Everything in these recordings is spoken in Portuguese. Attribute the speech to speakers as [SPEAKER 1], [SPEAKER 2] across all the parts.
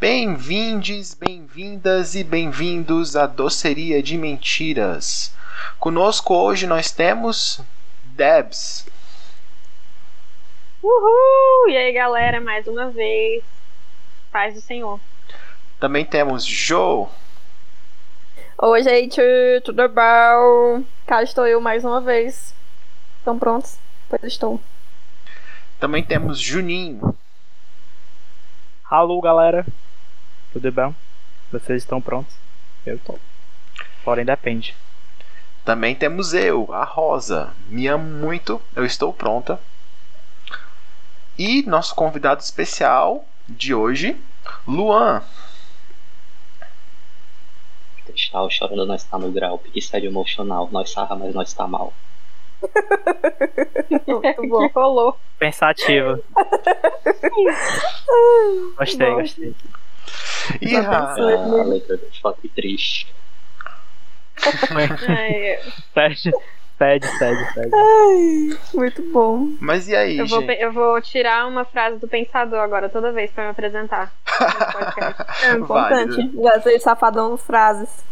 [SPEAKER 1] Bem-vindes, bem-vindas e bem-vindos à Doceria de Mentiras. Conosco hoje nós temos Debs.
[SPEAKER 2] Uhul! E aí, galera, mais uma vez. Paz do Senhor.
[SPEAKER 1] Também temos Jo.
[SPEAKER 3] Oi, gente, tudo bom? Cá estou eu mais uma vez. Estão prontos? Pois estou.
[SPEAKER 1] Também temos Juninho.
[SPEAKER 4] Alô, galera. Tudo bem? Vocês estão prontos? Eu tô. Porém, depende.
[SPEAKER 1] Também temos eu, a Rosa. Me amo muito, eu estou pronta. E nosso convidado especial de hoje, Luan.
[SPEAKER 5] Tristal chorando, nós está no grau. Piquistério emocional. Nós sarra, mas nós está mal.
[SPEAKER 3] Muito bom. Rolou.
[SPEAKER 4] Pensativa. gostei,
[SPEAKER 3] Bom.
[SPEAKER 4] gostei.
[SPEAKER 1] E a,
[SPEAKER 3] pensando.
[SPEAKER 5] Ah, letra de foto triste.
[SPEAKER 2] Ai, é. eu-
[SPEAKER 4] Pede, pede, pede, pede.
[SPEAKER 3] Muito bom.
[SPEAKER 1] mas e aí,
[SPEAKER 2] eu, vou,
[SPEAKER 1] gente?
[SPEAKER 2] pe- eu vou tirar uma frase do pensador agora, toda vez, pra me apresentar. no podcast.
[SPEAKER 3] É importante. Wesley Safadão frases.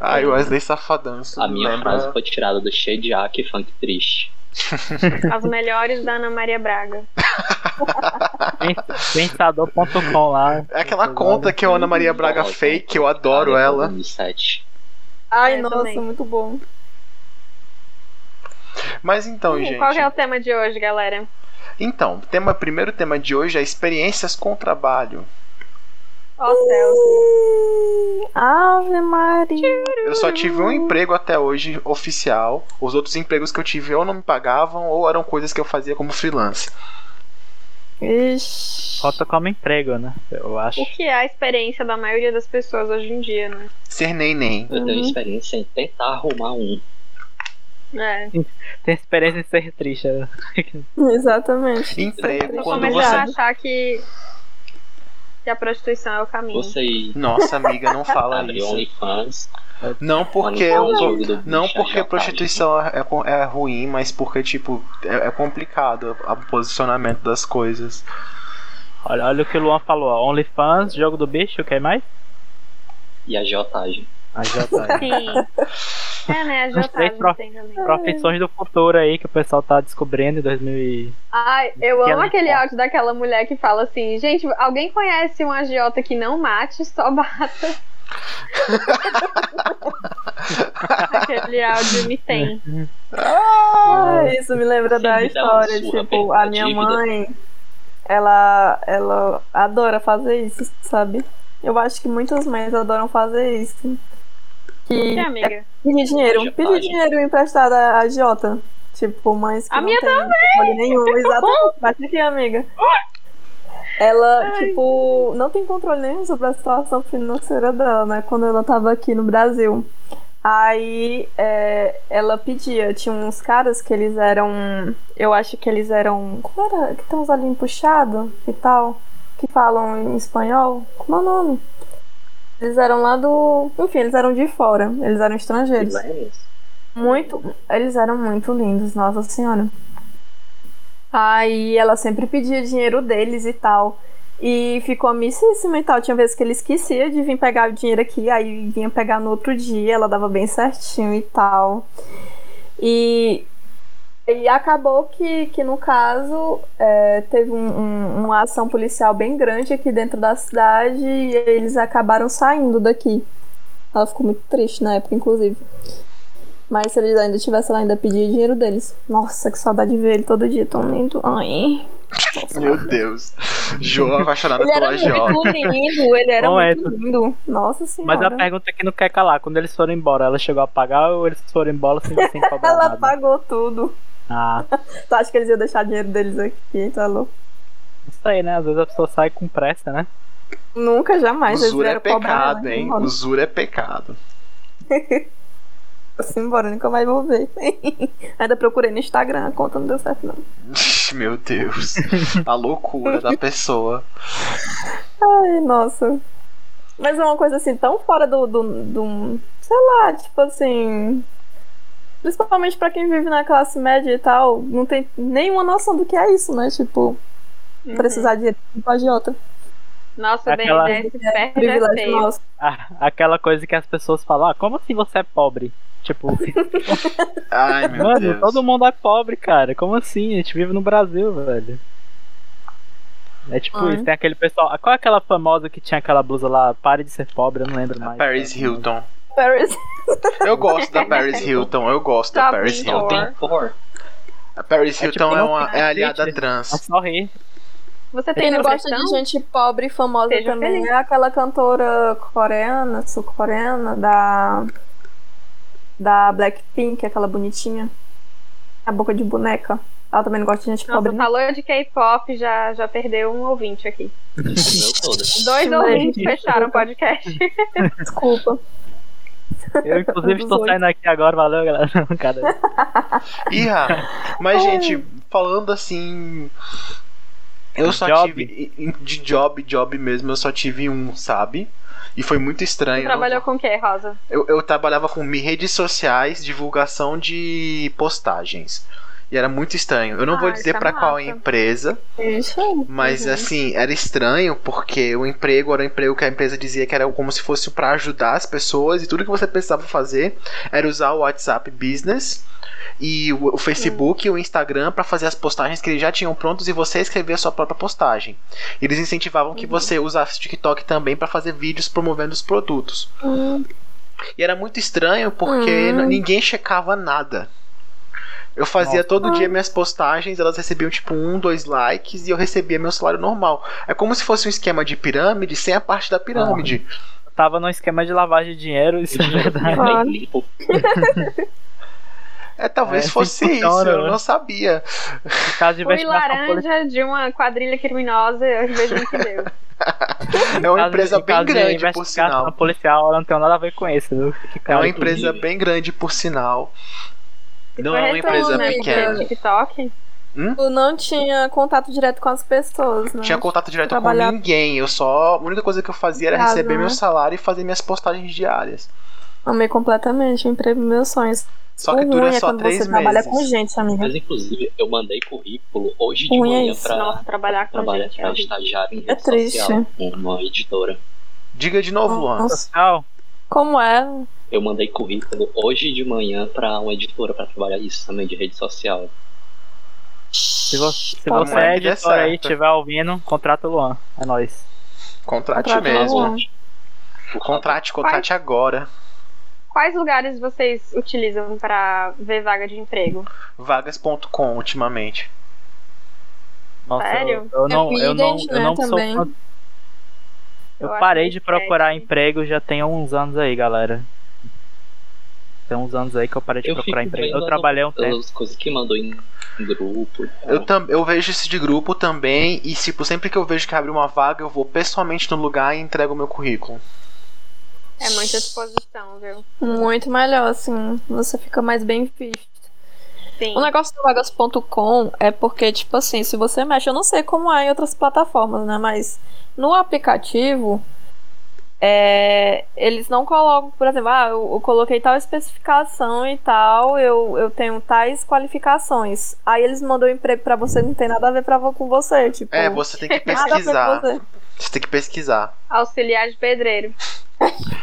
[SPEAKER 1] Ai, Wesley Safadão, isso
[SPEAKER 5] A
[SPEAKER 1] me
[SPEAKER 5] minha
[SPEAKER 1] lembra-
[SPEAKER 5] frase foi tirada do Shediac Funk Triste.
[SPEAKER 2] As melhores da Ana Maria Braga.
[SPEAKER 4] Pens- Pensador.com lá.
[SPEAKER 1] É aquela conta que a Ana Maria Braga
[SPEAKER 5] Nossa,
[SPEAKER 1] fake, eu adoro ela.
[SPEAKER 5] 2007.
[SPEAKER 3] Ai,
[SPEAKER 2] É,
[SPEAKER 3] nossa,
[SPEAKER 2] também.
[SPEAKER 3] muito bom.
[SPEAKER 1] Mas então, gente.
[SPEAKER 2] Qual que é o tema de hoje, galera?
[SPEAKER 1] Então, tema, primeiro tema de hoje é experiências com o trabalho.
[SPEAKER 2] Ó oh, céus.
[SPEAKER 3] Ave Maria.
[SPEAKER 1] Eu só tive um emprego até hoje oficial. Os outros empregos que eu tive ou não me pagavam ou eram coisas que eu fazia como freelance.
[SPEAKER 3] Ixi.
[SPEAKER 4] Conta como emprego, né? Eu acho.
[SPEAKER 2] O que é a experiência da maioria das pessoas hoje em dia, né?
[SPEAKER 1] Ser nem nem.
[SPEAKER 5] Eu tenho
[SPEAKER 3] Uhum.
[SPEAKER 5] experiência em tentar arrumar um.
[SPEAKER 2] É.
[SPEAKER 4] Tem experiência em ser triste. né?
[SPEAKER 3] Exatamente.
[SPEAKER 1] Emprego
[SPEAKER 2] Vou
[SPEAKER 1] quando
[SPEAKER 2] começar a
[SPEAKER 1] você.
[SPEAKER 2] achar que, que a prostituição é o caminho.
[SPEAKER 5] Você
[SPEAKER 1] Nossa, amiga, não fala
[SPEAKER 5] abriu
[SPEAKER 1] isso.
[SPEAKER 5] OnlyFans.
[SPEAKER 1] Não porque
[SPEAKER 5] OnlyFans,
[SPEAKER 1] eu
[SPEAKER 5] um jogo do bicho,
[SPEAKER 1] Não
[SPEAKER 5] aí
[SPEAKER 1] porque
[SPEAKER 5] já tá
[SPEAKER 1] prostituição é, é- é ruim, mas porque, tipo, é, é complicado o posicionamento das coisas.
[SPEAKER 4] Olha, olha o que o Luan falou. ó. OnlyFans, jogo do bicho, o que mais?
[SPEAKER 5] aí. E a Jotagem.
[SPEAKER 4] A J.
[SPEAKER 2] Sim. É, né? A jotagem
[SPEAKER 4] prof-
[SPEAKER 2] tem também.
[SPEAKER 4] Profissões do futuro aí que o pessoal tá descobrindo em 2000 e...
[SPEAKER 2] Ai, eu
[SPEAKER 4] Que
[SPEAKER 2] amo
[SPEAKER 4] ela
[SPEAKER 2] aquele
[SPEAKER 4] importa.
[SPEAKER 2] áudio daquela mulher que fala assim, gente, alguém conhece um agiota que não mate, só bata. aquele áudio me tem.
[SPEAKER 3] Ai, isso me lembra
[SPEAKER 5] Você
[SPEAKER 3] da
[SPEAKER 5] me dá uma
[SPEAKER 3] história.
[SPEAKER 5] surra
[SPEAKER 3] Tipo,
[SPEAKER 5] perto
[SPEAKER 3] a
[SPEAKER 5] da
[SPEAKER 3] minha
[SPEAKER 5] dívida.
[SPEAKER 3] mãe, ela, ela adora fazer isso, sabe? Eu acho que muitas mães adoram fazer isso.
[SPEAKER 2] Que
[SPEAKER 3] Que
[SPEAKER 2] amiga.
[SPEAKER 3] pedir dinheiro,
[SPEAKER 5] Agiotagem.
[SPEAKER 3] pedir dinheiro emprestado à à Jota. Tipo, mães que
[SPEAKER 2] A
[SPEAKER 3] não
[SPEAKER 2] minha
[SPEAKER 3] tem controle nenhum. Exatamente, bate aqui, amiga. Ela, tipo, não tem controle nenhum sobre a situação financeira dela, né? Quando ela tava aqui no Brasil. Aí é, ela pedia, tinha uns caras que eles eram. Eu acho que eles eram. Como era? Que tem uns olhinhos puxados e tal. Que falam em espanhol. Como é o nome? Eles eram lá do. Enfim, eles eram de fora. Eles eram estrangeiros.
[SPEAKER 5] Lemos.
[SPEAKER 3] Muito. Eles eram muito lindos, nossa senhora. Aí ela sempre pedia dinheiro deles e tal. E ficou amicíssima e tal. Tinha vezes que ele esquecia de vir pegar o dinheiro aqui, aí vinha pegar no outro dia, ela dava bem certinho e tal. E, e acabou que, que, no caso, é, teve um- um- uma ação policial bem grande aqui dentro da cidade e eles acabaram saindo daqui. Ela ficou muito triste na época, inclusive. Mas se eles ainda estivessem lá, ainda pedia dinheiro deles. Nossa, que saudade de ver ele todo dia, tão lindo. Ai.
[SPEAKER 1] Meu Deus. Jo apaixonada
[SPEAKER 3] Ele
[SPEAKER 1] pela
[SPEAKER 3] era
[SPEAKER 1] J.
[SPEAKER 3] muito lindo, ele era
[SPEAKER 4] Bom,
[SPEAKER 3] muito
[SPEAKER 4] é,
[SPEAKER 3] lindo. Nossa senhora.
[SPEAKER 4] Mas a pergunta é que não quer calar, quando eles foram embora, ela chegou a pagar ou eles foram embora sem, sem cobrar
[SPEAKER 3] Ela
[SPEAKER 4] nada?
[SPEAKER 3] pagou tudo.
[SPEAKER 4] Ah,
[SPEAKER 3] Tu acha que eles iam deixar dinheiro deles aqui, tá louco?
[SPEAKER 4] não sei, né? Às vezes a pessoa sai com pressa, né?
[SPEAKER 3] Nunca, jamais. Eles
[SPEAKER 1] Usura é
[SPEAKER 3] vieram cobrar.
[SPEAKER 1] pecado,
[SPEAKER 3] né?
[SPEAKER 1] hein?
[SPEAKER 3] Embora.
[SPEAKER 1] Usura é pecado.
[SPEAKER 3] Simbora, nunca mais vou ver. ainda procurei no Instagram, a conta não deu certo, não.
[SPEAKER 1] Meu Deus. A loucura da pessoa.
[SPEAKER 3] Ai, nossa. Mas é uma coisa assim, tão fora do, do, do- Sei lá, tipo assim. Principalmente pra quem vive na classe média e tal, não tem nenhuma noção do que é isso, né? Tipo, um
[SPEAKER 2] Uhum.
[SPEAKER 3] precisar de dinheiro pra agiota.
[SPEAKER 2] Nossa, o
[SPEAKER 4] Aquela-
[SPEAKER 2] BNDES perde é
[SPEAKER 3] Privilégio
[SPEAKER 2] feio.
[SPEAKER 3] nosso.
[SPEAKER 4] A- Ah, aquela coisa que as pessoas falam, ah, como assim você é pobre? Tipo,
[SPEAKER 1] Ai, meu
[SPEAKER 4] mano,
[SPEAKER 1] Deus.
[SPEAKER 4] todo mundo é pobre, cara. Como assim? A gente vive no Brasil, velho. É tipo
[SPEAKER 3] Ah.
[SPEAKER 4] isso, tem aquele pessoal. Qual é aquela famosa que tinha aquela blusa lá? Pare de ser pobre, eu não lembro mais.
[SPEAKER 1] Paris
[SPEAKER 4] Cara,
[SPEAKER 1] Hilton.
[SPEAKER 3] Paris.
[SPEAKER 1] Eu gosto da Paris Hilton, eu gosto da
[SPEAKER 2] Tá
[SPEAKER 1] Paris
[SPEAKER 2] bom.
[SPEAKER 1] Hilton.
[SPEAKER 5] Tem cor.
[SPEAKER 1] A Paris
[SPEAKER 4] É
[SPEAKER 1] Hilton
[SPEAKER 4] tipo
[SPEAKER 1] é,
[SPEAKER 4] no
[SPEAKER 1] uma, é aliada
[SPEAKER 4] Twitter. É
[SPEAKER 1] trans.
[SPEAKER 4] só rir.
[SPEAKER 2] Você
[SPEAKER 3] Quem
[SPEAKER 2] tem
[SPEAKER 3] não gosta
[SPEAKER 2] objeção?
[SPEAKER 3] de gente pobre e famosa
[SPEAKER 2] Seja
[SPEAKER 3] também
[SPEAKER 2] feliz.
[SPEAKER 3] é aquela cantora coreana, sul-coreana, da. Da Blackpink, aquela bonitinha. A boca de boneca. Ela também não gosta de gente
[SPEAKER 2] Nossa, tá.
[SPEAKER 3] pobre. né? não.
[SPEAKER 2] falou de K-pop, já, já perdeu um ouvinte aqui.
[SPEAKER 5] Eu todas.
[SPEAKER 2] Dois
[SPEAKER 3] Mas-
[SPEAKER 2] ouvintes fecharam o podcast.
[SPEAKER 3] Desculpa.
[SPEAKER 4] Eu, inclusive, estou
[SPEAKER 3] Dos
[SPEAKER 4] saindo aqui agora, valeu, galera. Cara,
[SPEAKER 1] Ih, ah, mas, gente, falando assim. Eu só
[SPEAKER 4] Job.
[SPEAKER 1] tive. De job, job mesmo, eu só tive um, sabe? E foi muito estranho.
[SPEAKER 2] Trabalhou com o quê, Rosa?
[SPEAKER 1] Eu, eu trabalhava com mi- redes sociais, divulgação de postagens. E era muito estranho. Eu não
[SPEAKER 2] Ah,
[SPEAKER 1] vou
[SPEAKER 2] isso
[SPEAKER 1] dizer
[SPEAKER 2] é Uhum.
[SPEAKER 1] pra qual
[SPEAKER 2] massa.
[SPEAKER 1] empresa,
[SPEAKER 3] Isso aí.
[SPEAKER 1] mas assim, era estranho porque o emprego era um emprego que a empresa dizia que era como se fosse pra ajudar as pessoas e tudo que você precisava fazer era usar o WhatsApp Business e o, o Facebook e o Instagram pra fazer as postagens que eles já tinham prontos e você escrever a sua própria postagem. Eles incentivavam
[SPEAKER 4] Uhum.
[SPEAKER 1] que você usasse o TikTok também pra fazer vídeos promovendo os produtos.
[SPEAKER 4] Hum.
[SPEAKER 1] E era muito estranho porque
[SPEAKER 3] Hum.
[SPEAKER 1] n- ninguém checava nada. Eu fazia
[SPEAKER 4] Nossa. Ah.
[SPEAKER 1] todo dia minhas postagens, elas recebiam tipo um, dois likes e eu recebia meu salário normal. É como se fosse um esquema de pirâmide sem a parte da pirâmide.
[SPEAKER 4] eu tava num esquema de lavagem de dinheiro, isso é verdade.
[SPEAKER 3] Claro.
[SPEAKER 5] Nem limpo.
[SPEAKER 1] É, talvez
[SPEAKER 4] É, assim
[SPEAKER 1] fosse isso,
[SPEAKER 4] funciona,
[SPEAKER 1] eu
[SPEAKER 4] né?
[SPEAKER 1] não sabia.
[SPEAKER 4] Por causa de
[SPEAKER 2] Fui
[SPEAKER 4] investigação policial.
[SPEAKER 2] laranja de uma quadrilha criminosa, vejam que deu.
[SPEAKER 1] É uma
[SPEAKER 4] Caso-
[SPEAKER 1] empresa bem
[SPEAKER 4] caso de
[SPEAKER 1] grande, por
[SPEAKER 4] investigação
[SPEAKER 1] sinal.
[SPEAKER 4] policial, ela não tem nada a ver com isso. viu? Fique
[SPEAKER 1] É uma
[SPEAKER 4] claro.
[SPEAKER 1] empresa
[SPEAKER 5] inclusive.
[SPEAKER 1] bem grande, por sinal. Não
[SPEAKER 3] Tipo
[SPEAKER 2] Foi
[SPEAKER 1] é uma
[SPEAKER 2] retorno,
[SPEAKER 1] empresa
[SPEAKER 2] né,
[SPEAKER 1] pequena.
[SPEAKER 2] do TikTok.
[SPEAKER 3] Tu Tipo, não tinha contato direto com as pessoas, né?
[SPEAKER 1] Tinha contato direto
[SPEAKER 3] Trabalhar-
[SPEAKER 1] com ninguém. Eu só. A única coisa que eu fazia era
[SPEAKER 3] Em casa,
[SPEAKER 1] receber
[SPEAKER 3] né?
[SPEAKER 1] meu salário e fazer minhas postagens diárias.
[SPEAKER 3] Amei completamente o emprego dos meus sonhos.
[SPEAKER 1] Só que
[SPEAKER 3] o
[SPEAKER 1] dura
[SPEAKER 3] ruim é
[SPEAKER 1] só
[SPEAKER 3] quando você
[SPEAKER 1] três
[SPEAKER 3] trabalha
[SPEAKER 1] meses.
[SPEAKER 3] com gente, amiga.
[SPEAKER 5] Mas inclusive eu mandei currículo hoje de
[SPEAKER 3] Ruim é
[SPEAKER 5] manhã
[SPEAKER 3] isso,
[SPEAKER 1] Tá.
[SPEAKER 5] pra
[SPEAKER 2] Nossa, trabalhar com
[SPEAKER 5] trabalhar
[SPEAKER 2] gente. é
[SPEAKER 5] pra
[SPEAKER 2] horrível.
[SPEAKER 5] estagiário em rede
[SPEAKER 3] É triste.
[SPEAKER 5] social, uma editora.
[SPEAKER 1] Diga de novo, Luan.
[SPEAKER 3] Nossa,
[SPEAKER 4] Não,
[SPEAKER 3] como é?
[SPEAKER 5] Eu mandei currículo hoje de manhã pra uma editora pra trabalhar isso também de rede social.
[SPEAKER 4] se você, se
[SPEAKER 3] Tomara
[SPEAKER 4] você é
[SPEAKER 1] que dê
[SPEAKER 4] editor aí,
[SPEAKER 1] certo.
[SPEAKER 4] estiver ouvindo, contrata o Luan. É nóis. Ah,
[SPEAKER 1] Contrate
[SPEAKER 3] Contrate
[SPEAKER 1] mesmo.
[SPEAKER 3] logo.
[SPEAKER 1] Contrate, contrate agora.
[SPEAKER 2] Quais lugares vocês utilizam pra ver vaga de emprego?
[SPEAKER 1] Vagas.com ultimamente.
[SPEAKER 4] Nossa,
[SPEAKER 2] Sério? É
[SPEAKER 4] Eu, eu não, eu não,
[SPEAKER 3] Evidente,
[SPEAKER 4] eu não
[SPEAKER 3] É né,
[SPEAKER 4] sou
[SPEAKER 3] também.
[SPEAKER 4] fã- Eu
[SPEAKER 2] Eu acho
[SPEAKER 4] parei
[SPEAKER 2] que
[SPEAKER 4] de
[SPEAKER 2] é
[SPEAKER 4] procurar
[SPEAKER 2] isso.
[SPEAKER 4] emprego já tem uns anos aí, galera. Tem uns anos aí que eu parei de
[SPEAKER 5] Eu
[SPEAKER 4] procurar
[SPEAKER 5] fico
[SPEAKER 4] emprego.
[SPEAKER 5] vendo
[SPEAKER 4] Eu
[SPEAKER 5] as-
[SPEAKER 4] trabalhei um tempo.
[SPEAKER 5] As coisas que mandou em grupo. e tal.
[SPEAKER 1] Eu, tam, eu vejo isso de grupo também. E tipo, sempre que eu vejo que abre uma vaga, eu vou pessoalmente no lugar e entrego meu currículo.
[SPEAKER 2] É muita exposição, viu?
[SPEAKER 3] Muito melhor, assim. Você fica mais bem visto.
[SPEAKER 2] Sim.
[SPEAKER 3] O negócio do vagas.com é porque, tipo assim, se você mexe, eu não sei como é em outras plataformas, né? Mas no aplicativo, é, eles não colocam, por exemplo, ah, eu, eu coloquei tal especificação e tal, eu, eu tenho tais qualificações. Aí eles mandam um emprego pra você, não tem nada a ver pra, vo- com você, tipo.
[SPEAKER 1] É, você tem que
[SPEAKER 3] nada a ver com
[SPEAKER 1] pesquisar.
[SPEAKER 3] você.
[SPEAKER 1] Você tem que pesquisar.
[SPEAKER 2] Auxiliar de pedreiro.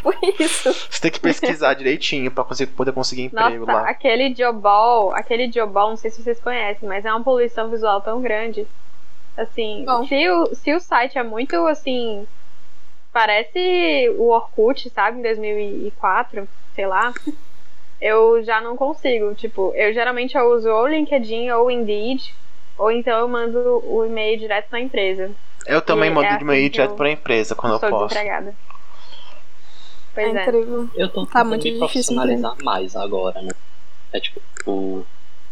[SPEAKER 3] Por isso.
[SPEAKER 1] Você tem que pesquisar direitinho pra conseguir, poder conseguir emprego
[SPEAKER 2] Nossa,
[SPEAKER 1] lá.
[SPEAKER 2] aquele Jobol, aquele Jobol, não sei se vocês conhecem, mas é uma poluição visual tão grande. Assim,
[SPEAKER 3] Bom.
[SPEAKER 2] se o, se o site é muito assim. Parece o Orkut, sabe, em 2004, sei lá. Eu já não consigo. Tipo, eu geralmente eu uso ou LinkedIn ou Indeed, ou então eu mando o e-mail direto na empresa.
[SPEAKER 1] Eu também
[SPEAKER 2] é
[SPEAKER 1] mando
[SPEAKER 2] assim
[SPEAKER 1] meu e-mail
[SPEAKER 2] que
[SPEAKER 1] direto
[SPEAKER 2] eu-
[SPEAKER 1] pra empresa quando eu
[SPEAKER 2] Sou
[SPEAKER 1] posso.
[SPEAKER 2] desempregada.
[SPEAKER 3] É
[SPEAKER 2] Pois é.
[SPEAKER 3] incrível.
[SPEAKER 5] Eu tô
[SPEAKER 3] Tá
[SPEAKER 5] tentando
[SPEAKER 3] muito
[SPEAKER 5] me
[SPEAKER 3] difícil,
[SPEAKER 5] profissionalizar mais agora, né? É tipo, o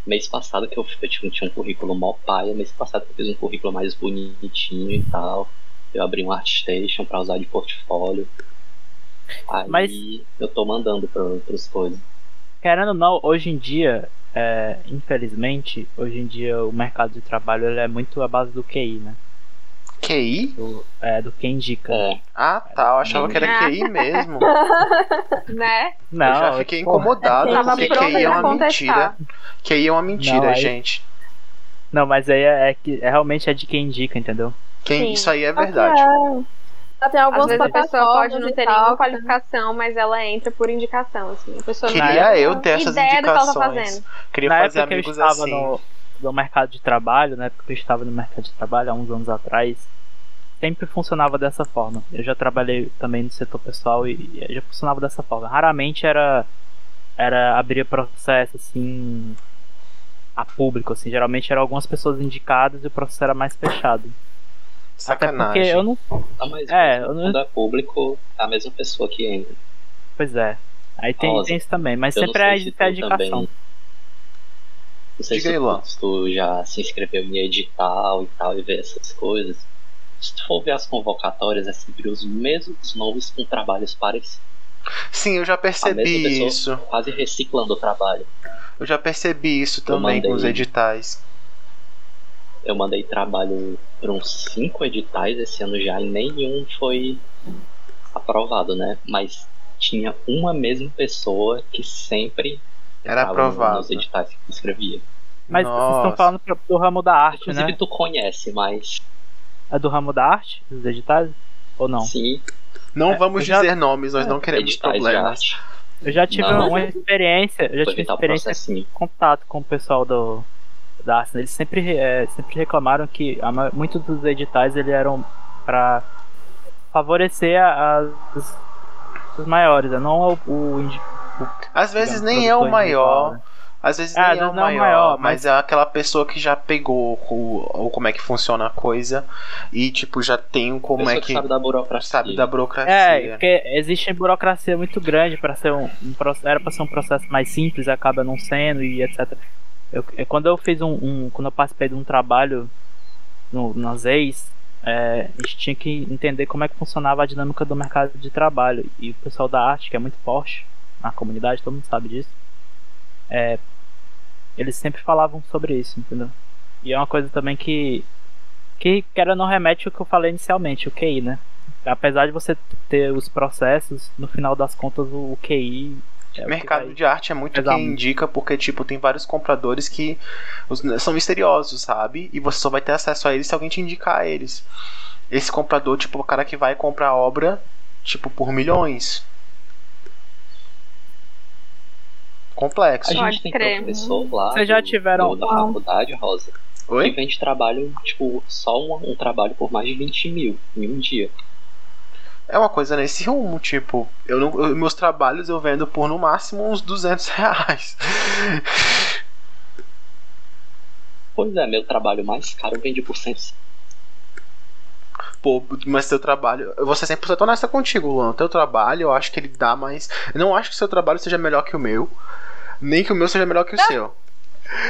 [SPEAKER 5] mês passado que eu, eu tipo, tinha um currículo mó paia, mês passado que eu fiz um currículo mais bonitinho e tal. Eu abri um Artstation pra usar de portfólio. Aí
[SPEAKER 4] Mas-
[SPEAKER 5] eu tô mandando pra, pros coisas.
[SPEAKER 4] Querendo ou não, hoje em dia, é, infelizmente, hoje em dia o mercado de trabalho ele é muito à base do QI, né?
[SPEAKER 1] QI?
[SPEAKER 4] Do, é, do que indica.
[SPEAKER 5] É,
[SPEAKER 1] Ah, tá. Eu achava que era
[SPEAKER 2] Ah.
[SPEAKER 1] QI mesmo.
[SPEAKER 2] Né?
[SPEAKER 4] Não, tipo,
[SPEAKER 1] eu já fiquei
[SPEAKER 4] porra.
[SPEAKER 1] incomodado
[SPEAKER 3] Eu tava
[SPEAKER 1] porque
[SPEAKER 3] pronta
[SPEAKER 1] QI é
[SPEAKER 3] pra
[SPEAKER 1] uma
[SPEAKER 2] contestar.
[SPEAKER 1] mentira. QI é uma mentira,
[SPEAKER 4] aí-
[SPEAKER 1] gente.
[SPEAKER 4] Não, mas aí é, é que é realmente é de quem indica, entendeu?
[SPEAKER 1] Quem,
[SPEAKER 2] Sim.
[SPEAKER 1] isso aí é verdade.
[SPEAKER 3] É.
[SPEAKER 6] Já tem algumas
[SPEAKER 2] Às vezes a pessoa
[SPEAKER 6] plataformas
[SPEAKER 2] pode não
[SPEAKER 6] e
[SPEAKER 2] ter
[SPEAKER 6] tal,
[SPEAKER 2] nenhuma qualificação, mas ela entra por indicação, assim. A pessoa não
[SPEAKER 4] Na
[SPEAKER 1] Queria
[SPEAKER 2] tem
[SPEAKER 1] eu ter essas
[SPEAKER 2] ideia do que ela tá
[SPEAKER 1] indicações.
[SPEAKER 2] fazendo.
[SPEAKER 1] Queria
[SPEAKER 4] na
[SPEAKER 1] fazer
[SPEAKER 4] época que eu
[SPEAKER 1] amigos
[SPEAKER 4] estava
[SPEAKER 1] assim.
[SPEAKER 4] no, no mercado de trabalho, na época que eu estava no mercado de trabalho, há uns anos atrás, sempre funcionava dessa forma. Eu já trabalhei também no setor pessoal e, e já funcionava dessa forma. Raramente era era abrir processo assim a público, assim, geralmente eram algumas pessoas indicadas e o processo era mais fechado. Até porque
[SPEAKER 1] Sacanagem.
[SPEAKER 4] eu não,
[SPEAKER 5] Ah, mas
[SPEAKER 4] É, eu não-
[SPEAKER 5] quando é público, é a mesma pessoa que entra.
[SPEAKER 4] pois é. Aí tem,
[SPEAKER 5] Rosa,
[SPEAKER 4] tem isso também, mas
[SPEAKER 5] Eu não
[SPEAKER 4] sempre
[SPEAKER 5] sei
[SPEAKER 4] é
[SPEAKER 5] se
[SPEAKER 4] existe a
[SPEAKER 5] tu
[SPEAKER 4] indicação.
[SPEAKER 5] também- Não sei
[SPEAKER 1] Diga
[SPEAKER 5] se
[SPEAKER 1] aí, Luan.
[SPEAKER 5] tu, se tu já se inscreveu em edital e tal e vê essas coisas. Se tu for ver as convocatórias, é sempre os mesmos nomes com trabalhos parecidos.
[SPEAKER 1] Sim, eu já percebi
[SPEAKER 5] pessoa.
[SPEAKER 1] isso.
[SPEAKER 5] Quase reciclando o trabalho.
[SPEAKER 1] Eu já percebi isso
[SPEAKER 5] Eu
[SPEAKER 1] também com os
[SPEAKER 5] mandei.
[SPEAKER 1] editais.
[SPEAKER 5] Eu mandei trabalho para uns cinco editais esse ano já e nenhum foi aprovado, né? Mas tinha uma mesma pessoa que sempre
[SPEAKER 1] Era
[SPEAKER 5] tava
[SPEAKER 1] aprovado.
[SPEAKER 5] nos editais que eu escrevia.
[SPEAKER 4] Mas vocês estão
[SPEAKER 1] Nossa.
[SPEAKER 4] falando pro- do ramo da arte,
[SPEAKER 5] Inclusive
[SPEAKER 4] né?
[SPEAKER 5] tu conhece, mas
[SPEAKER 4] É do ramo da arte, dos editais? Ou não?
[SPEAKER 5] sim,
[SPEAKER 1] Não
[SPEAKER 4] É,
[SPEAKER 1] vamos
[SPEAKER 4] eu já-
[SPEAKER 1] dizer nomes, nós
[SPEAKER 4] é,
[SPEAKER 1] não queremos
[SPEAKER 5] editais
[SPEAKER 1] problemas.
[SPEAKER 5] de arte.
[SPEAKER 4] Eu já tive
[SPEAKER 5] Não.
[SPEAKER 4] uma experiência, eu já
[SPEAKER 5] Foi
[SPEAKER 4] tive
[SPEAKER 5] evitar o
[SPEAKER 4] experiência
[SPEAKER 5] processinho.
[SPEAKER 4] em contato com o pessoal do da Arsenal. Eles sempre, eh, sempre reclamaram que a ma- muitos dos editais eles eram para favorecer a- as os maiores, né? não o, o indi-
[SPEAKER 1] Às vezes
[SPEAKER 4] digamos,
[SPEAKER 1] nem é o
[SPEAKER 4] produtor individual,
[SPEAKER 1] maior,
[SPEAKER 4] né?
[SPEAKER 1] às vezes
[SPEAKER 4] Ah, às
[SPEAKER 1] nem é o
[SPEAKER 4] vezes não é o
[SPEAKER 1] maior,
[SPEAKER 4] maior,
[SPEAKER 1] mas
[SPEAKER 4] mas-
[SPEAKER 1] é aquela pessoa que já pegou o, ou como é que funciona a coisa e tipo já tem um como
[SPEAKER 5] Pessoa
[SPEAKER 1] é que
[SPEAKER 5] sabe da burocracia.
[SPEAKER 1] sabe da
[SPEAKER 4] É,
[SPEAKER 1] burocracia.
[SPEAKER 4] porque existe burocracia muito grande para ser um, um pro- era para ser um processo mais simples, acaba não sendo e etc. Eu, eu- quando eu fiz um, um- quando eu participei de um trabalho no, nas ex, é, a gente tinha que entender como é que funcionava a dinâmica do mercado de trabalho e o pessoal da arte que é muito forte na comunidade, todo mundo sabe disso. é, eles sempre falavam sobre isso, entendeu? E é uma coisa também que que era não remete ao que eu falei inicialmente, o QI, né? Apesar de você ter os processos, no final das contas o, o QI é o que
[SPEAKER 1] Mercado
[SPEAKER 4] vai-
[SPEAKER 1] de arte é muito
[SPEAKER 4] pesar
[SPEAKER 1] quem
[SPEAKER 4] muito.
[SPEAKER 1] indica, porque, tipo, tem vários compradores que os- são misteriosos, sabe? E você só vai ter acesso a eles se alguém te indicar eles. Esse comprador, tipo, é o cara que vai comprar a obra, tipo, por milhões. Complexo.
[SPEAKER 5] A gente
[SPEAKER 2] Pode
[SPEAKER 5] tem
[SPEAKER 2] crer.
[SPEAKER 5] professor lá.
[SPEAKER 4] Vocês já
[SPEAKER 5] do-
[SPEAKER 4] tiveram-
[SPEAKER 5] do- da
[SPEAKER 6] Não.
[SPEAKER 5] faculdade, Rosa. Que
[SPEAKER 1] Oi?
[SPEAKER 5] vende trabalho, tipo, só um, um trabalho por mais de 20 mil em um dia.
[SPEAKER 1] É uma coisa nesse rumo, tipo, eu não, eu- meus trabalhos eu vendo por no máximo uns 200 reais.
[SPEAKER 5] Pois é, meu trabalho mais caro eu vendi por 100.
[SPEAKER 1] Pô, mas seu trabalho. Eu vou ser 100% honesta contigo, Luan. Teu trabalho, eu acho que ele dá mais. Eu não acho que seu trabalho seja melhor que o meu. Nem que o meu seja melhor que o seu.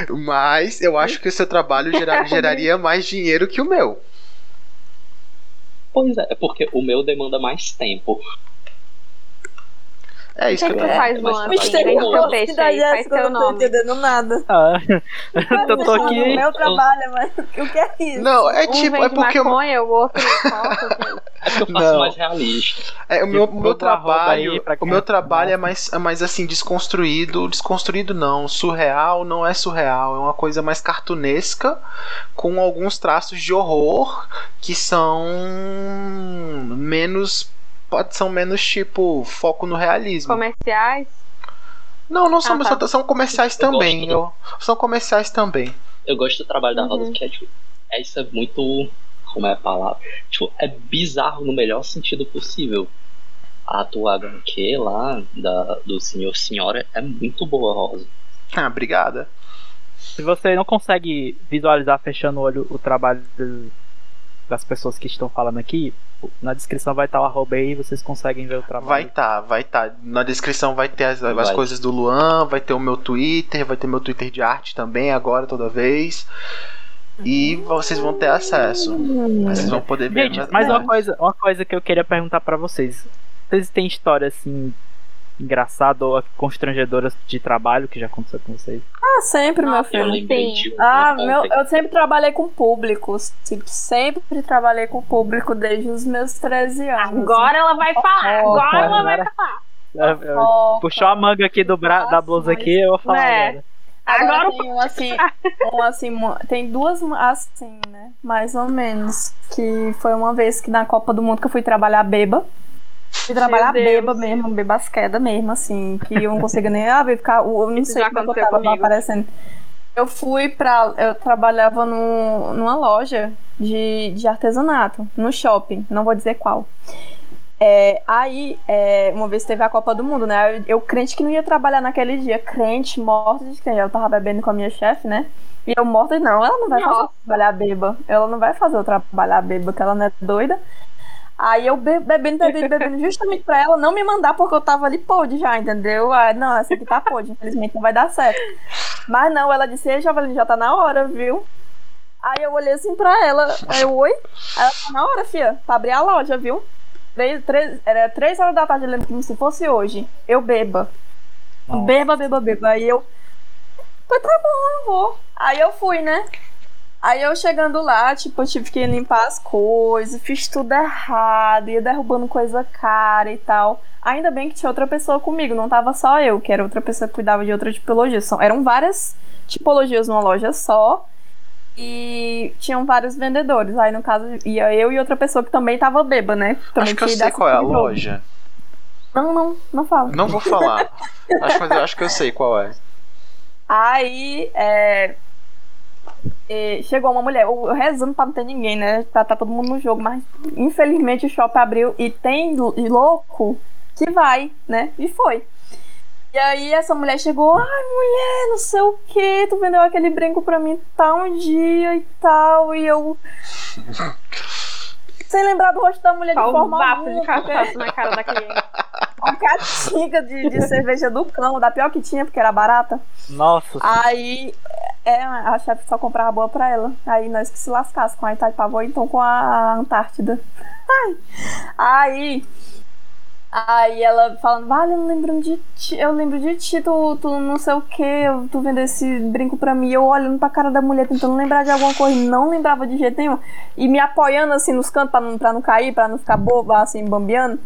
[SPEAKER 1] Mas eu acho que o seu trabalho gera- geraria mais dinheiro que o meu.
[SPEAKER 5] Pois é, é porque o meu demanda mais tempo.
[SPEAKER 1] É
[SPEAKER 2] O que,
[SPEAKER 1] isso
[SPEAKER 2] é
[SPEAKER 1] que
[SPEAKER 2] que
[SPEAKER 1] eu
[SPEAKER 2] tu
[SPEAKER 1] tô.
[SPEAKER 5] é,
[SPEAKER 2] faz,
[SPEAKER 5] mas
[SPEAKER 2] Luan?
[SPEAKER 5] tá bem.
[SPEAKER 2] Vende teu peixe aí, faz
[SPEAKER 6] eu
[SPEAKER 2] teu
[SPEAKER 6] não tô
[SPEAKER 2] nome.
[SPEAKER 6] entendendo nada.
[SPEAKER 4] Ah,
[SPEAKER 6] Tô,
[SPEAKER 4] eu tô aqui.
[SPEAKER 6] Meu trabalho, mas o que é isso?
[SPEAKER 1] Não, é
[SPEAKER 2] Um
[SPEAKER 1] tipo,
[SPEAKER 2] vende
[SPEAKER 1] é porque eu-
[SPEAKER 2] maconha, o outro assim, coca,
[SPEAKER 5] É porque eu faço
[SPEAKER 1] Não.
[SPEAKER 5] mais realista.
[SPEAKER 1] é, o meu,
[SPEAKER 4] Tipo,
[SPEAKER 1] o meu
[SPEAKER 4] todo arroba aí
[SPEAKER 1] trabalho,
[SPEAKER 4] pra
[SPEAKER 1] o
[SPEAKER 4] quem
[SPEAKER 1] meu
[SPEAKER 4] não
[SPEAKER 1] trabalho é
[SPEAKER 4] gosta.
[SPEAKER 1] mais, é mais assim desconstruído, desconstruído não, surreal não é surreal, é uma coisa mais cartunesca com alguns traços de horror que são menos pode são menos tipo foco no realismo.
[SPEAKER 2] comerciais.
[SPEAKER 1] Não, não são,
[SPEAKER 2] Ah, tá.
[SPEAKER 1] só- são comerciais
[SPEAKER 5] Eu
[SPEAKER 1] também.
[SPEAKER 5] gosto
[SPEAKER 1] eu- são comerciais também.
[SPEAKER 5] Eu gosto do trabalho da Rosa,
[SPEAKER 2] Uhum.
[SPEAKER 5] que é, tipo, é isso é muito. Como é a palavra? Tipo, é bizarro no melhor sentido possível. A tua HQ lá, da, do Senhor Senhora, é muito boa, Rosa.
[SPEAKER 1] Ah, obrigada.
[SPEAKER 4] se você não consegue visualizar fechando o olho o trabalho do- das pessoas que estão falando aqui, na descrição vai estar o arroba aí, vocês conseguem ver o
[SPEAKER 1] Vai
[SPEAKER 4] trabalho.
[SPEAKER 1] tá, vai tá. Na descrição vai ter as, as
[SPEAKER 5] Vai.
[SPEAKER 1] coisas do Luan, vai ter o meu Twitter, vai ter meu Twitter de arte também agora toda vez. E
[SPEAKER 3] Uhum.
[SPEAKER 1] vocês vão ter acesso. Vocês vão poder ver.
[SPEAKER 4] Gente, mas uma coisa, uma coisa que eu queria perguntar pra vocês. Vocês têm história assim engraçada ou constrangedoras de trabalho que já aconteceu com vocês?
[SPEAKER 6] Ah, sempre, meu
[SPEAKER 2] Nossa,
[SPEAKER 5] Eu
[SPEAKER 6] filho.
[SPEAKER 5] lembrei
[SPEAKER 2] Sim.
[SPEAKER 5] de uma
[SPEAKER 6] Ah, meu,
[SPEAKER 5] ontem.
[SPEAKER 6] eu sempre trabalhei com público. Tipo, sempre trabalhei com público desde os meus 13 anos.
[SPEAKER 2] Agora ela vai falar, agora ela vai
[SPEAKER 4] Agora-
[SPEAKER 2] falar.
[SPEAKER 4] É, é,
[SPEAKER 6] Fofoca.
[SPEAKER 4] Puxou a manga aqui do bra... da blusa
[SPEAKER 6] Nossa,
[SPEAKER 4] aqui, eu vou falar
[SPEAKER 2] É.
[SPEAKER 4] agora.
[SPEAKER 6] Agora
[SPEAKER 3] Agora
[SPEAKER 6] o
[SPEAKER 3] tem um assim, um assim, mu- tem duas assim, né? Mais ou menos. Que foi uma vez que na Copa do Mundo que eu fui trabalhar beba. Fui trabalhar
[SPEAKER 2] Deus.
[SPEAKER 3] beba mesmo, bebasqueda mesmo, assim, que eu não conseguia nem ah, vai ficar. Eu não
[SPEAKER 2] Isso
[SPEAKER 3] sei
[SPEAKER 2] já
[SPEAKER 3] como é que eu
[SPEAKER 2] aconteceu
[SPEAKER 3] tava lá
[SPEAKER 2] comigo.
[SPEAKER 3] aparecendo. Eu fui pra. Eu trabalhava num- numa loja de, de artesanato, no shopping, não vou dizer qual. É, aí, é, uma vez teve a Copa do Mundo, né? Eu, eu crente que não ia trabalhar naquele dia, crente, morta de crente. Eu tava bebendo com a minha chefe, né? E eu morta, não, ela não
[SPEAKER 2] é
[SPEAKER 3] vai fazer eu
[SPEAKER 2] Nossa.
[SPEAKER 3] trabalhar beba. Ela não vai fazer eu trabalhar beba, que ela não é doida. Aí eu be- bebendo, bebendo, bebendo, justamente pra ela não me mandar, porque eu tava ali podre já, entendeu? Ah, não, essa aqui tá podre, infelizmente não vai dar certo. Mas não, ela disse, Ei, Javelin, já tá na hora, viu? Aí eu olhei assim pra ela, aí eu, oi? Aí ela, tá na hora, fia, pra abrir a loja, viu? Três, três, era três horas da tarde, eu lembro como se fosse hoje. Eu beba.
[SPEAKER 4] Nossa.
[SPEAKER 3] Beba, beba, beba. Aí eu. Foi, tá bom, eu vou. Aí eu fui, né? Aí eu chegando lá, tipo, eu tive que limpar as coisas, fiz tudo errado, ia derrubando coisa cara e tal. Ainda bem que tinha outra pessoa comigo, não tava só eu, que era outra pessoa que cuidava de outra tipologia. São, eram várias tipologias numa loja só. E tinham vários vendedores. Aí, no caso, ia eu e outra pessoa que também tava beba, né? Também
[SPEAKER 1] Acho que eu
[SPEAKER 3] tinha ido
[SPEAKER 1] sei qual é a
[SPEAKER 3] assistir o jogo.
[SPEAKER 1] loja.
[SPEAKER 3] Não, não, não fala.
[SPEAKER 1] Não vou falar. acho, mas eu acho que eu sei qual é.
[SPEAKER 3] Aí é, é, chegou uma mulher, eu, eu rezando pra não ter ninguém, né? Pra tá todo mundo no jogo, mas infelizmente o shopping abriu e tem lou- e louco que vai, né? E foi. E aí essa mulher chegou, ai mulher, não sei o que, tu vendeu aquele brinco pra mim tal dia e tal, e eu. Sem lembrar do rosto da mulher de
[SPEAKER 2] Só um
[SPEAKER 3] forma
[SPEAKER 2] vapo de
[SPEAKER 3] alguma, porque-
[SPEAKER 2] cachaça na cara da cliente.
[SPEAKER 3] uma catinga de, de cerveja do cão, da pior que tinha, porque era barata.
[SPEAKER 4] Nossa,
[SPEAKER 3] Aí é, a chefe só comprava boa pra ela. Aí nós que se lascasse com a Itaipava ou então com a Antártida. Ai. Aí. Aí ela falando, vale, eu lembro de ti, eu lembro de ti, tu, tu não sei o que, tu vendeu esse brinco pra mim, eu olhando pra cara da mulher, tentando lembrar de alguma coisa, e não lembrava de jeito nenhum, e me apoiando assim nos cantos pra não, pra não cair, pra não ficar boba, assim, bambeando.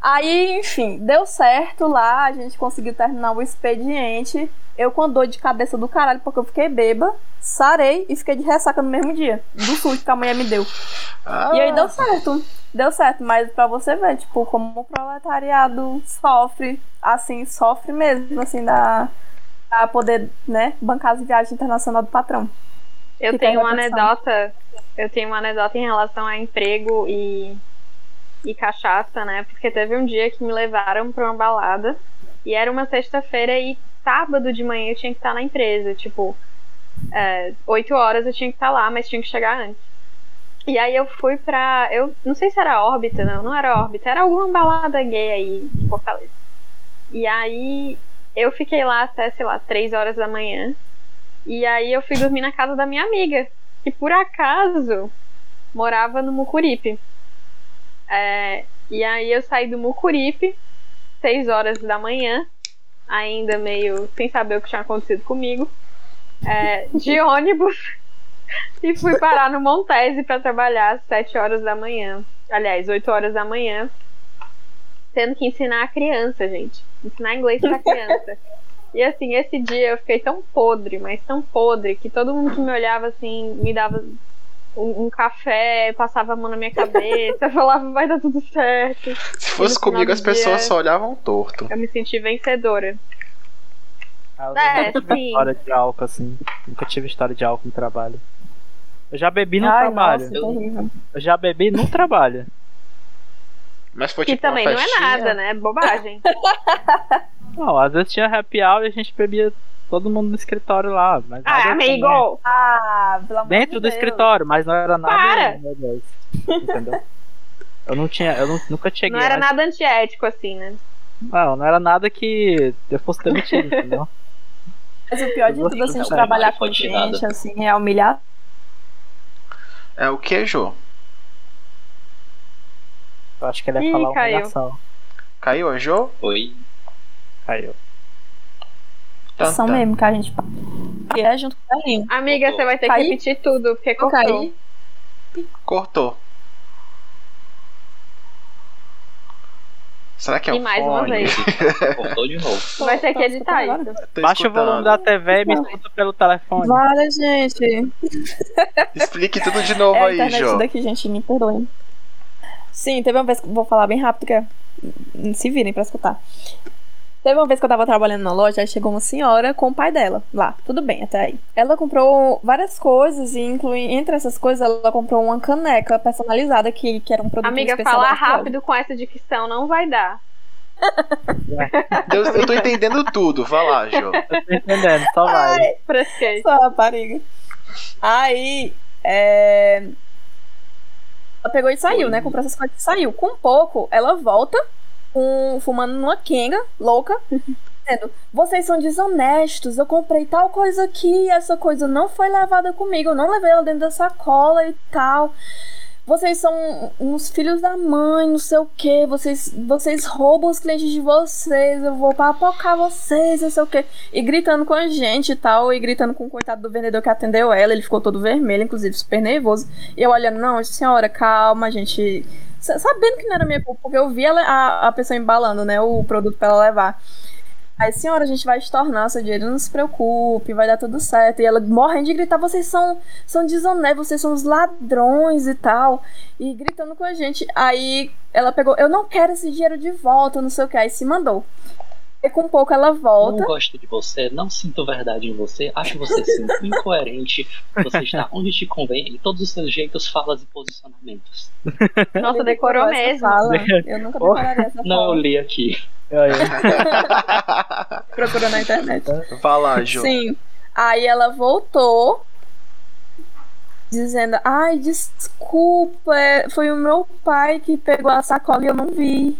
[SPEAKER 3] Aí, enfim, deu certo lá, a gente conseguiu terminar o expediente. Eu com a dor de cabeça do caralho, porque eu fiquei beba, sarei e fiquei de ressaca no mesmo dia, do susto que a mulher me deu.
[SPEAKER 1] Ah,
[SPEAKER 3] E aí deu certo, deu certo, mas pra você ver, tipo, como o proletariado sofre, assim, sofre mesmo, assim, da. Pra poder, né, bancar as viagens internacional do patrão.
[SPEAKER 2] Eu
[SPEAKER 3] Fica
[SPEAKER 2] tenho uma
[SPEAKER 3] a reflexão.
[SPEAKER 2] anedota. Eu tenho uma anedota em relação a emprego e, e cachaça, né? Porque teve um dia que me levaram pra uma balada e era uma sexta-feira e sábado de manhã eu tinha que estar na empresa. Tipo, é, 8 horas eu tinha que estar lá, mas tinha que chegar antes. E aí eu fui pra. Eu não sei se era órbita, não, não era órbita, era alguma balada gay aí de Fortaleza. E aí eu fiquei lá até, sei lá, 3 horas da manhã. E aí eu fui dormir na casa da minha amiga, que por acaso morava no Mucuripe. É, e aí eu saí do Mucuripe, 6 horas da manhã, ainda meio sem saber o que tinha acontecido comigo, é, de ônibus, e fui parar no Montese para trabalhar às 7 horas da manhã. Aliás, 8 horas da manhã, tendo que ensinar a criança, gente. Ensinar inglês pra criança. E assim, esse dia eu fiquei tão podre, mas tão podre, que todo mundo que me olhava assim, me dava um, um café, passava a mão na minha cabeça, falava, vai dar tudo certo.
[SPEAKER 1] se fosse
[SPEAKER 2] no final
[SPEAKER 1] comigo,
[SPEAKER 2] do
[SPEAKER 1] as pessoas
[SPEAKER 2] dia-
[SPEAKER 1] só olhavam torto.
[SPEAKER 2] Eu me senti vencedora.
[SPEAKER 4] Eu
[SPEAKER 2] É,
[SPEAKER 4] nunca tive
[SPEAKER 2] sim.
[SPEAKER 4] história de álcool, assim. Nunca tive história de álcool no trabalho. Eu já bebi no
[SPEAKER 3] Ai,
[SPEAKER 4] trabalho.
[SPEAKER 3] nossa, terrível.
[SPEAKER 4] Eu já bebi no trabalho.
[SPEAKER 1] Mas foi
[SPEAKER 2] Que
[SPEAKER 1] tipo uma
[SPEAKER 2] também não é
[SPEAKER 1] festinha.
[SPEAKER 2] nada, né? Bobagem.
[SPEAKER 4] Não, às vezes tinha happy hour e a gente bebia todo mundo no escritório lá. Mas nada
[SPEAKER 2] ah,
[SPEAKER 1] né?
[SPEAKER 4] assim,
[SPEAKER 2] amigo!
[SPEAKER 3] Ah, pelo amor
[SPEAKER 4] né? Dentro
[SPEAKER 3] de
[SPEAKER 4] do
[SPEAKER 3] Deus.
[SPEAKER 4] escritório, mas não era nada.
[SPEAKER 2] Para!
[SPEAKER 4] meu Deus. Entendeu? Eu não tinha, eu não- nunca cheguei.
[SPEAKER 2] Não era
[SPEAKER 4] a-
[SPEAKER 2] nada antiético, assim, né?
[SPEAKER 4] não, não era nada que eu fosse demitido, entendeu?
[SPEAKER 3] Mas o pior de
[SPEAKER 4] Eu
[SPEAKER 3] tudo, assim, de
[SPEAKER 4] gosto
[SPEAKER 3] trabalhar
[SPEAKER 5] de
[SPEAKER 3] com
[SPEAKER 5] fatigada.
[SPEAKER 3] gente, assim, é humilhar
[SPEAKER 1] É o que, Jô?
[SPEAKER 4] Eu acho que ele ia
[SPEAKER 2] Ih,
[SPEAKER 4] falar uma
[SPEAKER 2] caiu.
[SPEAKER 4] negação.
[SPEAKER 1] Caiu a Jô?
[SPEAKER 5] Oi,
[SPEAKER 4] Caiu. Tá,
[SPEAKER 1] Tan,
[SPEAKER 3] São
[SPEAKER 1] tan.
[SPEAKER 3] mesmo que a gente paga. E é junto com a linha.
[SPEAKER 2] Amiga, você vai ter
[SPEAKER 3] Caiu?
[SPEAKER 2] que repetir tudo, porque cortou.
[SPEAKER 3] Caí.
[SPEAKER 1] Cortou. Será que é
[SPEAKER 2] E
[SPEAKER 1] o
[SPEAKER 2] mais uma
[SPEAKER 1] fone?
[SPEAKER 2] vez.
[SPEAKER 5] Cortou de novo.
[SPEAKER 2] Vai ter que
[SPEAKER 3] Tá escutando
[SPEAKER 2] editar
[SPEAKER 3] agora?
[SPEAKER 2] isso.
[SPEAKER 1] Tô
[SPEAKER 4] Baixa o volume
[SPEAKER 1] escutando.
[SPEAKER 4] da TV e me escuta pelo telefone.
[SPEAKER 6] Vale, gente.
[SPEAKER 1] Explique tudo de novo
[SPEAKER 3] É a
[SPEAKER 1] aí,
[SPEAKER 3] internet
[SPEAKER 1] Jô.
[SPEAKER 3] daqui, gente, me perdoem. Sim, teve uma vez. Vou falar bem rápido, que é- se virem pra escutar. Teve uma vez que eu tava trabalhando na loja, aí chegou uma senhora com o pai dela lá. Tudo bem, até aí. Ela comprou várias coisas, e inclui, entre essas coisas, ela comprou uma caneca personalizada, que, que era um produto
[SPEAKER 2] Amiga,
[SPEAKER 3] especial
[SPEAKER 2] falar
[SPEAKER 3] da Fiel.
[SPEAKER 2] rápido com essa dicção não vai dar.
[SPEAKER 1] Deus, eu tô entendendo tudo. Vai lá, Jô.
[SPEAKER 4] Eu tô entendendo, só vai.
[SPEAKER 2] Fresquei.
[SPEAKER 3] Sua rapariga. Aí, é... Ela pegou e saiu, né? Comprou essas coisas e saiu. Com um pouco, ela volta, com- fumando numa quenga, louca, dizendo: Vocês são desonestos, eu comprei tal coisa aqui, essa coisa não foi levada comigo, eu não levei ela dentro da sacola e tal. Vocês são uns filhos da mãe, não sei o que, vocês, vocês roubam os clientes de vocês, eu vou papocar vocês, não sei o que. E gritando com a gente e tal, e gritando com o coitado do vendedor que atendeu ela, ele ficou todo vermelho, inclusive super nervoso. E eu olhando, não, senhora, calma, gente. Sa- Sabendo que não era minha culpa, porque eu vi ela- a, a pessoa embalando, né, o produto pra ela levar. Aí, senhora, a gente vai estornar seu dinheiro, não se preocupe, vai dar tudo certo. E ela morrendo de gritar, vocês são, são desonestos, vocês são os ladrões e tal. E gritando com a gente. Aí ela pegou, eu não quero esse dinheiro de volta, não sei o que. Aí se mandou. E com pouco ela volta.
[SPEAKER 5] Não gosto de você, não sinto verdade em você, acho você sempre incoerente, você está onde te convém, em todos os seus jeitos, falas e posicionamentos.
[SPEAKER 2] Nossa, decorou
[SPEAKER 3] Ele decorou essa
[SPEAKER 2] mesmo.
[SPEAKER 3] Fala. Eu nunca prepararia essa
[SPEAKER 5] Não, eu
[SPEAKER 3] fala.
[SPEAKER 5] li aqui.
[SPEAKER 4] Olha,
[SPEAKER 3] Procurou na internet.
[SPEAKER 1] Vai lá, Jô.
[SPEAKER 3] Sim. Aí ela voltou dizendo: "Ai, desculpa, é- foi o meu pai que pegou a sacola e eu não vi."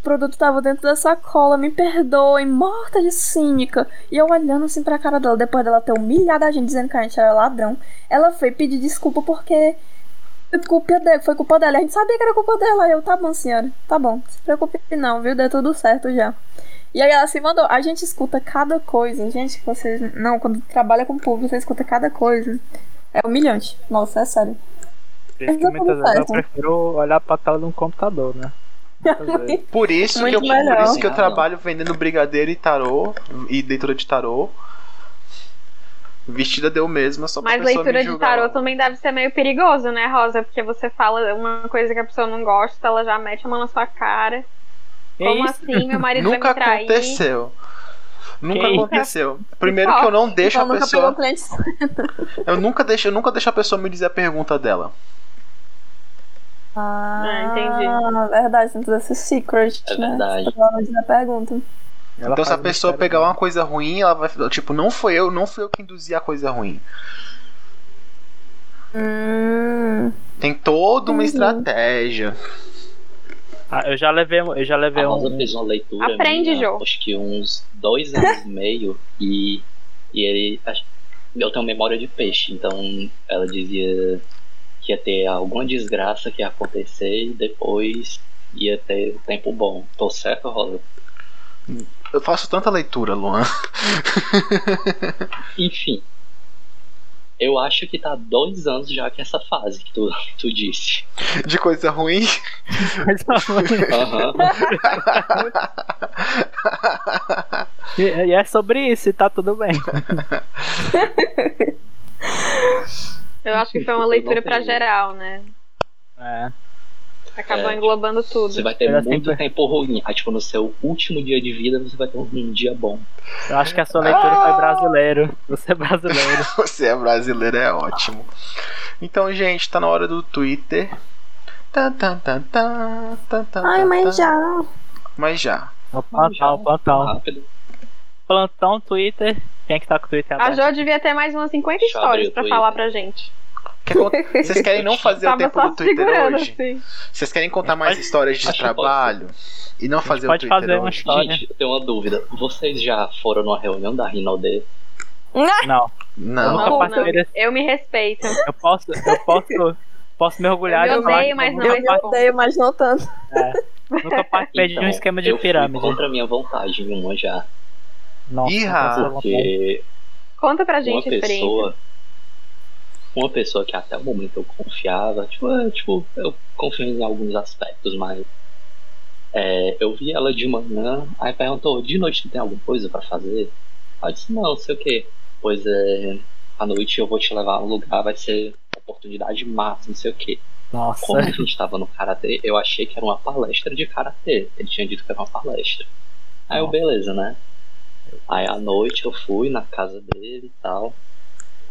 [SPEAKER 3] O produto tava dentro da sacola, me perdoem, morta de cínica. E eu olhando assim pra cara dela, depois dela ter humilhado a gente dizendo que a gente era ladrão, ela foi pedir desculpa porque foi culpa dela, foi culpa dela. A gente sabia que era culpa dela. Aí eu, tá bom, senhora, tá bom, não se preocupe não, viu? Deu tudo certo já. E aí ela se mandou. A gente escuta cada coisa. Gente, vocês. Não, quando trabalha com público, você escuta cada coisa. É humilhante. Nossa, é sério.
[SPEAKER 4] vocês que muitas vezes eu prefiro olhar pra tela de um computador, né? Muitas
[SPEAKER 5] é.
[SPEAKER 4] vezes.
[SPEAKER 1] Por isso, que
[SPEAKER 3] Muito
[SPEAKER 1] eu, por
[SPEAKER 3] melhor.
[SPEAKER 1] isso que eu
[SPEAKER 5] Ah,
[SPEAKER 1] trabalho vendendo brigadeiro e tarô e leitura de tarô. Vestida deu mesmo, é só pra
[SPEAKER 2] Mas
[SPEAKER 1] pessoa
[SPEAKER 2] leitura
[SPEAKER 1] me
[SPEAKER 2] de
[SPEAKER 1] julgar.
[SPEAKER 2] tarô também deve ser meio perigoso, né, Rosa? Porque você fala uma coisa que a pessoa não gosta, ela já mete a mão na sua cara.
[SPEAKER 5] É
[SPEAKER 4] Que
[SPEAKER 2] Como
[SPEAKER 4] isso?
[SPEAKER 2] assim? Meu marido
[SPEAKER 1] Nunca
[SPEAKER 2] vai me trair.
[SPEAKER 1] aconteceu. Nunca
[SPEAKER 4] isso?
[SPEAKER 1] aconteceu. Primeiro que eu não deixo
[SPEAKER 3] Ela
[SPEAKER 1] a
[SPEAKER 3] Então, nunca pegou
[SPEAKER 1] pessoa.
[SPEAKER 3] cliente.
[SPEAKER 1] Eu nunca deixo, eu nunca deixo a pessoa me dizer a pergunta dela.
[SPEAKER 2] Ah, entendi.
[SPEAKER 3] Ah, verdade, tem todo esse secret,
[SPEAKER 5] É
[SPEAKER 3] né?
[SPEAKER 5] verdade.
[SPEAKER 3] Você tava na pergunta.
[SPEAKER 4] Ela
[SPEAKER 1] então se a
[SPEAKER 4] faz um
[SPEAKER 1] pessoa
[SPEAKER 4] mistério.
[SPEAKER 1] pegar uma coisa ruim, ela vai. Tipo, não foi eu, não fui eu que induzi a coisa ruim.
[SPEAKER 3] Hum.
[SPEAKER 1] Tem toda
[SPEAKER 2] Uhum.
[SPEAKER 1] uma estratégia.
[SPEAKER 2] assim?
[SPEAKER 4] Ah, eu já levei, eu já levei
[SPEAKER 5] A
[SPEAKER 4] um.
[SPEAKER 5] Rosa fez uma leitura.
[SPEAKER 2] Aprende,
[SPEAKER 5] minha,
[SPEAKER 2] Jô.
[SPEAKER 5] Acho que uns dois anos e meio. E, e ele. acho- Eu tenho memória de peixe, então ela dizia que ia ter alguma desgraça que ia acontecer e depois ia ter tempo bom. Tô certo, Rosa?
[SPEAKER 1] Eu faço tanta leitura, Luan.
[SPEAKER 5] Enfim. Eu acho que tá dois anos já que essa fase que tu, tu disse.
[SPEAKER 1] De coisa ruim. Ah,
[SPEAKER 5] Aham.
[SPEAKER 4] e, e é sobre isso, e tá tudo bem.
[SPEAKER 2] Eu acho que foi uma
[SPEAKER 5] Eu não
[SPEAKER 2] leitura pra
[SPEAKER 5] peguei.
[SPEAKER 2] geral, né?
[SPEAKER 4] É.
[SPEAKER 2] Acabou
[SPEAKER 5] É.
[SPEAKER 2] englobando tudo.
[SPEAKER 5] Você vai ter
[SPEAKER 4] Era
[SPEAKER 5] muito
[SPEAKER 4] sempre-
[SPEAKER 5] tempo ruim. Aí, tipo, no seu último dia de vida, você vai ter um, um dia bom.
[SPEAKER 4] Eu acho que a sua leitura foi brasileiro. Você é brasileiro.
[SPEAKER 1] Você é brasileiro, é ótimo. Então, gente, tá na hora do Twitter. Tá, tá, tá, tá, tá, tá,
[SPEAKER 3] Ai,
[SPEAKER 1] tá, tá.
[SPEAKER 3] mas já.
[SPEAKER 1] Mas já.
[SPEAKER 4] É o plantão, o plantão.
[SPEAKER 5] Rápido.
[SPEAKER 4] Plantão Twitter. Quem é que tá com o Twitter
[SPEAKER 2] A
[SPEAKER 4] aberto?
[SPEAKER 2] Jo devia ter mais umas 50
[SPEAKER 5] Deixa eu abrir
[SPEAKER 2] histórias
[SPEAKER 5] o
[SPEAKER 2] pra
[SPEAKER 5] Twitter.
[SPEAKER 2] falar pra gente.
[SPEAKER 1] Quer con- Vocês querem não fazer o
[SPEAKER 2] Tava
[SPEAKER 1] tempo
[SPEAKER 2] só
[SPEAKER 1] do Twitter
[SPEAKER 2] segurando,
[SPEAKER 1] hoje?
[SPEAKER 2] assim.
[SPEAKER 1] Vocês querem contar mais
[SPEAKER 4] Pode-
[SPEAKER 1] histórias de
[SPEAKER 5] acho que
[SPEAKER 1] trabalho? E não fazer o
[SPEAKER 4] pode
[SPEAKER 1] Twitter
[SPEAKER 4] fazer uma
[SPEAKER 1] hoje?
[SPEAKER 4] Olha.
[SPEAKER 5] Gente, eu tenho uma dúvida. Vocês já foram numa reunião da Rinode?
[SPEAKER 4] Não,
[SPEAKER 1] Não.
[SPEAKER 4] Nunca
[SPEAKER 2] Não,
[SPEAKER 4] passei
[SPEAKER 2] não.
[SPEAKER 4] desse.
[SPEAKER 2] Eu me respeito.
[SPEAKER 4] eu posso, eu posso, posso mergulhar
[SPEAKER 2] Eu
[SPEAKER 4] e falar
[SPEAKER 2] odeio,
[SPEAKER 4] que
[SPEAKER 2] mas tá não,
[SPEAKER 4] nunca
[SPEAKER 2] eu
[SPEAKER 4] par-
[SPEAKER 3] Eu odeio, mas não tanto.
[SPEAKER 4] Nunca participei de um esquema de
[SPEAKER 5] eu fui
[SPEAKER 4] pirâmide.
[SPEAKER 5] contra a minha vontade em uma já.
[SPEAKER 4] Nossa,
[SPEAKER 1] Ih,
[SPEAKER 4] não
[SPEAKER 1] Rafa,
[SPEAKER 4] faço vontade.
[SPEAKER 5] Porque
[SPEAKER 2] Conta pra
[SPEAKER 5] uma
[SPEAKER 2] gente a experiência.
[SPEAKER 5] pessoa. Uma pessoa que até o momento eu confiava, tipo, é, tipo, eu confio em alguns aspectos, mas É, eu vi ela de manhã, aí perguntou, de noite tem alguma coisa pra fazer? Ela disse, não, sei o que. Pois é, à noite eu vou te levar a um lugar, vai ser oportunidade máxima, não sei o que.
[SPEAKER 4] Nossa.
[SPEAKER 5] Como a gente tava no karatê, eu achei que era uma palestra de karatê. Ele tinha dito que era uma palestra. Aí eu,
[SPEAKER 4] Nossa.
[SPEAKER 5] beleza, né? Aí à noite eu fui na casa dele e tal.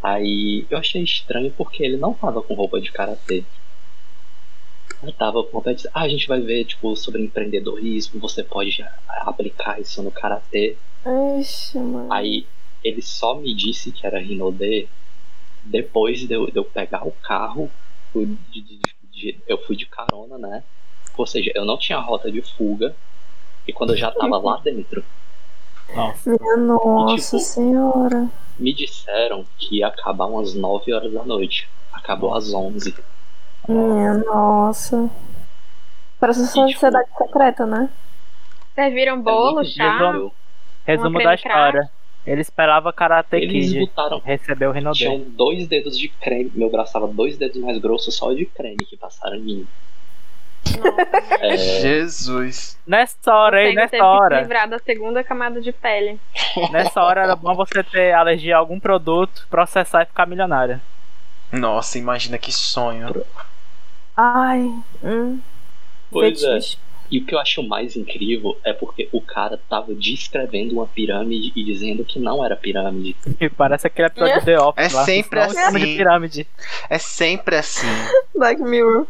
[SPEAKER 5] Aí eu achei estranho porque ele não tava com roupa de karatê. Ele tava com roupa de. Ah, a gente vai ver, tipo, sobre empreendedorismo, você pode aplicar isso no karatê.
[SPEAKER 6] Ixi, mano.
[SPEAKER 5] Aí ele só me disse que era Rinode depois de eu, de eu pegar o carro. fui de- de- de- de- eu fui de carona, né? Ou seja, eu não tinha rota de fuga. E quando eu já tava lá dentro,
[SPEAKER 4] Nossa.
[SPEAKER 6] Minha nossa
[SPEAKER 5] E, tipo,
[SPEAKER 6] senhora.
[SPEAKER 5] me disseram que ia acabar umas 9 horas da noite. Acabou às 11.
[SPEAKER 6] Minha nossa. Parece uma
[SPEAKER 5] tipo-
[SPEAKER 6] sociedade secreta, né?
[SPEAKER 2] Serviram bolo,
[SPEAKER 5] É muito
[SPEAKER 2] chá.
[SPEAKER 5] giro.
[SPEAKER 2] Uma
[SPEAKER 4] Resumo
[SPEAKER 2] creme
[SPEAKER 4] da história. Ele esperava Karate
[SPEAKER 5] Eles
[SPEAKER 4] Kid.
[SPEAKER 5] botaram.
[SPEAKER 4] Recebeu o Rinodé.
[SPEAKER 5] Tinham dois dedos de creme. Meu braço tava dois dedos mais grossos só de creme que passaram em mim.
[SPEAKER 2] Nossa,
[SPEAKER 5] É,
[SPEAKER 1] Jesus.
[SPEAKER 4] Nessa hora aí,
[SPEAKER 2] Você ainda
[SPEAKER 5] né,
[SPEAKER 4] nessa
[SPEAKER 2] teve que se
[SPEAKER 4] hora.
[SPEAKER 2] livrar da segunda camada de pele.
[SPEAKER 4] Nessa hora era bom você ter alergia a algum produto, processar e ficar milionária.
[SPEAKER 1] Nossa, imagina que sonho.
[SPEAKER 6] Ai. Hum,
[SPEAKER 5] pois é.
[SPEAKER 6] fetiche.
[SPEAKER 5] E o que eu acho mais incrível é porque o cara tava descrevendo uma pirâmide e dizendo que não era pirâmide.
[SPEAKER 4] E Tipo, parece aquele episódio de The Office.
[SPEAKER 1] É
[SPEAKER 4] lá, que
[SPEAKER 1] sempre
[SPEAKER 4] não se chama
[SPEAKER 1] assim.
[SPEAKER 4] De pirâmide.
[SPEAKER 1] É sempre assim.
[SPEAKER 6] Black Mirror.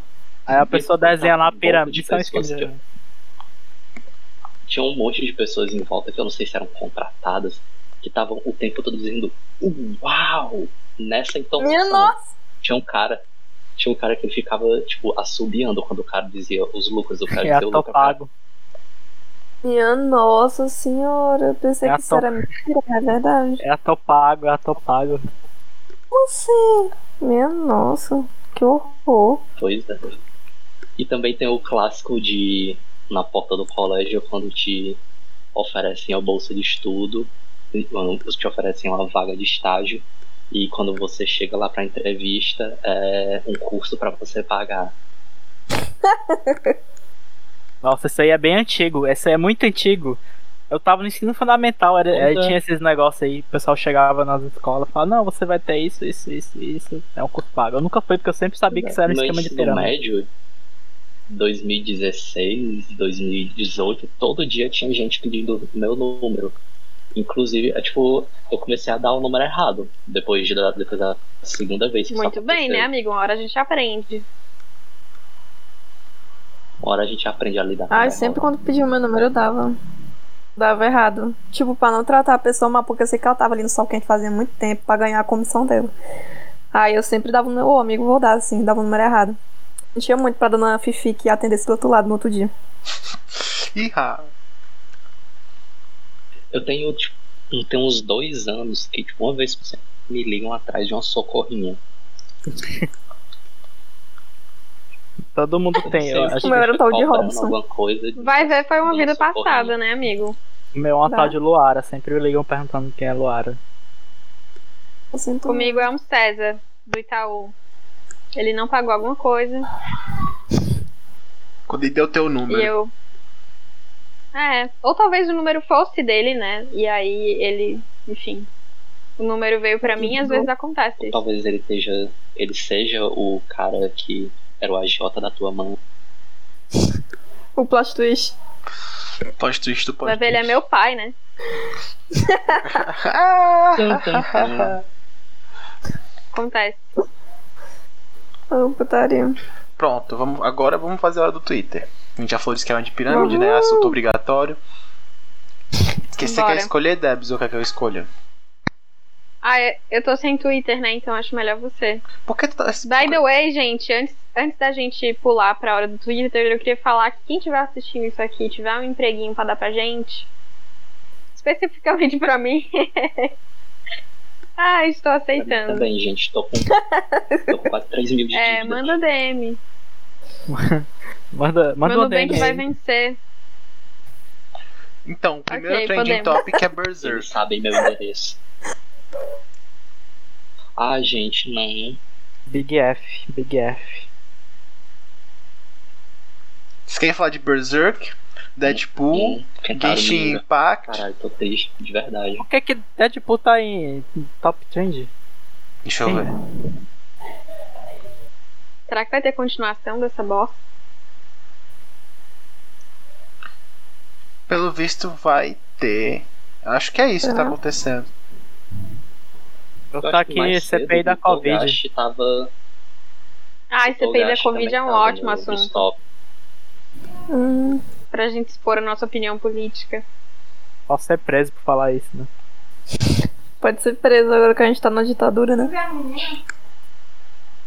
[SPEAKER 4] Aí a pessoa
[SPEAKER 5] Isso,
[SPEAKER 4] desenha lá a
[SPEAKER 5] tá, um
[SPEAKER 4] pirâmide.
[SPEAKER 5] monte de
[SPEAKER 4] só um
[SPEAKER 5] pessoas
[SPEAKER 4] esquema de-
[SPEAKER 5] Tinha um monte de pessoas em volta que eu não sei se eram contratadas, que estavam o tempo todo dizendo Uau! Nessa então.
[SPEAKER 6] Minha nossa.
[SPEAKER 5] Tinha um cara. Tinha um cara que ele ficava, tipo, assobiando quando o cara dizia os lucros, o cara
[SPEAKER 4] É
[SPEAKER 5] dizia o lucro. cara,
[SPEAKER 4] atopago.
[SPEAKER 6] Minha nossa senhora. Eu pensei
[SPEAKER 4] É a
[SPEAKER 6] que isso era mentira, mas é verdade.
[SPEAKER 4] É atopago, é atopago.
[SPEAKER 6] Como assim? Minha nossa. Que horror.
[SPEAKER 5] Pois é. E também tem o clássico de na porta do colégio quando te oferecem a bolsa de estudo, quando te oferecem uma vaga de estágio e quando você chega lá pra entrevista é um curso pra você pagar.
[SPEAKER 4] Nossa, isso aí é bem antigo. Isso aí é muito antigo. Eu tava no ensino fundamental, era,
[SPEAKER 5] Pois
[SPEAKER 4] é,
[SPEAKER 5] é.
[SPEAKER 4] tinha esses negócios aí, o pessoal chegava nas escolas e falava, não, você vai ter isso, isso, isso, isso. É um curso pago. Eu nunca fui, porque eu sempre sabia que isso era um
[SPEAKER 5] é. no
[SPEAKER 4] esquema de
[SPEAKER 5] ensino
[SPEAKER 4] pirâmide.
[SPEAKER 5] médio 2016, 2018, todo dia tinha gente pedindo meu número. Inclusive, é, tipo, eu comecei a dar o número errado depois, de, depois da segunda vez que isso
[SPEAKER 2] Muito bem,
[SPEAKER 5] aconteceu.
[SPEAKER 2] né, amigo? Uma hora a gente aprende.
[SPEAKER 5] Uma hora a gente aprende a lidar com
[SPEAKER 6] Ai,
[SPEAKER 5] ela.
[SPEAKER 6] sempre quando pediu meu número eu dava. Dava errado. Tipo, pra não tratar a pessoa mal, porque eu sei que ela tava ali no sol quente fazia muito tempo pra ganhar a comissão dela. Aí eu sempre dava o meu, ô amigo, vou dar assim, dava o número errado. Não tinha muito pra dona Fifi que atendesse do outro lado no outro dia.
[SPEAKER 1] Iha.
[SPEAKER 5] Eu tenho, tipo, eu tenho uns dois anos que, tipo, uma vez por semana me ligam atrás de uma socorrinha.
[SPEAKER 4] Todo mundo tem. Eu
[SPEAKER 5] Não sei
[SPEAKER 4] acho
[SPEAKER 5] se
[SPEAKER 6] Como eu era um tal de
[SPEAKER 5] cobrando
[SPEAKER 6] Robson.
[SPEAKER 5] Alguma coisa de-
[SPEAKER 2] Vai ver, foi uma
[SPEAKER 5] de
[SPEAKER 2] vida
[SPEAKER 5] socorrinha.
[SPEAKER 2] passada, né, amigo?
[SPEAKER 4] que o meu é uma
[SPEAKER 6] Tá.
[SPEAKER 4] tal de Luara. Sempre ligam perguntando quem é Luara.
[SPEAKER 6] Eu sinto
[SPEAKER 2] Comigo é um César, do Itaú. Ele não pagou alguma coisa
[SPEAKER 1] Quando ele deu teu número.
[SPEAKER 2] e eu. É, ou talvez o número fosse dele, né? E aí ele, enfim. O número veio pra mim e às vezes acontece isso.
[SPEAKER 5] Talvez ele esteja. Ele seja o cara que era o agiota da tua mão.
[SPEAKER 6] o plot twist.
[SPEAKER 1] Pode twist, tu
[SPEAKER 2] Vai
[SPEAKER 1] pode
[SPEAKER 2] ver, ele é meu pai, né?
[SPEAKER 1] Ah!
[SPEAKER 5] Ah,
[SPEAKER 2] Acontece.
[SPEAKER 6] Oh, putaria.
[SPEAKER 1] Pronto, vamos, agora vamos fazer a hora do Twitter. A gente já falou de esquema de pirâmide, né? Assunto obrigatório. O que você
[SPEAKER 2] Bora.
[SPEAKER 1] quer escolher, Debs, ou quer que eu escolha?
[SPEAKER 2] Ah, é- eu tô sem Twitter, né? Então acho melhor você.
[SPEAKER 1] Por que tu tá.
[SPEAKER 2] By the way, gente, antes, antes da gente pular pra hora do Twitter, eu queria falar que quem tiver assistindo isso aqui e tiver um empreguinho pra dar pra gente, especificamente pra mim. ah, estou aceitando.
[SPEAKER 5] Também, gente, tô com. tô com quase 3 mil de
[SPEAKER 2] É,
[SPEAKER 5] dívida.
[SPEAKER 2] manda DM.
[SPEAKER 4] Manda, manda
[SPEAKER 2] Meu
[SPEAKER 4] um
[SPEAKER 2] Nubank
[SPEAKER 4] DM
[SPEAKER 2] vai
[SPEAKER 4] aí.
[SPEAKER 2] vencer.
[SPEAKER 1] Então, o primeiro
[SPEAKER 2] Ok,
[SPEAKER 1] trending
[SPEAKER 2] podemos.
[SPEAKER 1] topic é
[SPEAKER 5] Eles
[SPEAKER 1] Berserk.
[SPEAKER 5] sabem meu endereço. Ah, gente, não.
[SPEAKER 4] Big F, Big F.
[SPEAKER 1] Vocês querem falar de Berserk? Deadpool,
[SPEAKER 5] Hum, tentaram
[SPEAKER 1] Genshin
[SPEAKER 5] ainda.
[SPEAKER 1] Impact.
[SPEAKER 5] Caralho, tô triste, de verdade.
[SPEAKER 4] Por que que Deadpool tá em top trend?
[SPEAKER 1] Deixa eu ver.
[SPEAKER 2] Será que vai ter continuação dessa bosta?
[SPEAKER 1] Pelo visto vai ter. Acho que é isso que
[SPEAKER 2] Ah.
[SPEAKER 1] tá acontecendo.
[SPEAKER 4] Eu
[SPEAKER 5] Eu
[SPEAKER 4] tá
[SPEAKER 5] acho que
[SPEAKER 4] aqui,
[SPEAKER 5] mais
[SPEAKER 4] CPI
[SPEAKER 5] cedo
[SPEAKER 4] da
[SPEAKER 5] o
[SPEAKER 4] Covid.
[SPEAKER 5] Togashi tava.
[SPEAKER 2] Ai, CPI da
[SPEAKER 5] Togashi
[SPEAKER 2] Covid
[SPEAKER 5] também tá, né?
[SPEAKER 2] é um
[SPEAKER 5] tava
[SPEAKER 2] ótimo
[SPEAKER 5] no- nos
[SPEAKER 2] assunto
[SPEAKER 5] top.
[SPEAKER 3] Hum,
[SPEAKER 2] pra gente expor a nossa opinião política.
[SPEAKER 4] Posso ser preso por falar isso, né?
[SPEAKER 3] pode ser preso agora que a gente tá na ditadura, né?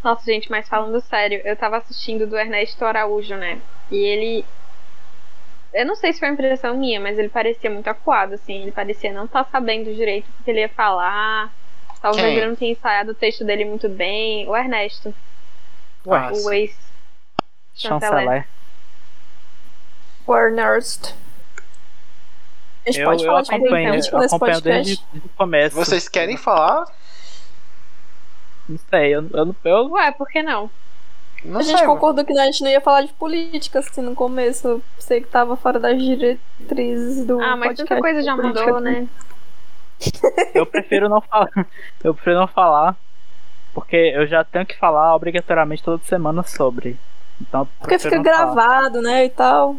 [SPEAKER 2] Nossa, gente, mas falando sério, eu tava assistindo do Ernesto Araújo, né? E ele. Eu não sei se foi impressão minha, mas ele parecia muito acuado, assim. Ele parecia não estar sabendo direito o que ele ia falar. Talvez
[SPEAKER 1] Quem?
[SPEAKER 2] ele não tenha ensaiado o texto dele muito bem. O Ernesto,
[SPEAKER 4] Ué,
[SPEAKER 1] Ah,
[SPEAKER 2] o
[SPEAKER 1] sim.
[SPEAKER 2] ex.
[SPEAKER 4] chanceler.
[SPEAKER 3] Warnerst. A gente
[SPEAKER 4] Eu,
[SPEAKER 3] pode
[SPEAKER 4] eu
[SPEAKER 3] falar então de
[SPEAKER 2] tudo,
[SPEAKER 4] acompanho,
[SPEAKER 3] política
[SPEAKER 4] eu
[SPEAKER 3] nesse
[SPEAKER 4] acompanho
[SPEAKER 3] podcast.
[SPEAKER 4] desde o começo.
[SPEAKER 1] Vocês querem falar?
[SPEAKER 4] Não sei, eu, eu, não- eu
[SPEAKER 2] Ué, por que não?
[SPEAKER 1] Não
[SPEAKER 3] A
[SPEAKER 1] sei.
[SPEAKER 3] gente concordou que a gente não ia falar de política, assim, no começo. Eu sei que tava fora das diretrizes do
[SPEAKER 2] Ah, mas
[SPEAKER 3] podcast
[SPEAKER 2] tanta coisa
[SPEAKER 3] de
[SPEAKER 2] já
[SPEAKER 3] é política
[SPEAKER 2] mudou,
[SPEAKER 3] aqui.
[SPEAKER 2] né?
[SPEAKER 4] Eu prefiro não falar. Eu prefiro não falar. Porque eu já tenho que falar obrigatoriamente toda semana sobre. Então, eu
[SPEAKER 3] Porque
[SPEAKER 4] prefiro
[SPEAKER 3] fica
[SPEAKER 4] não falar.
[SPEAKER 3] gravado, né, e tal.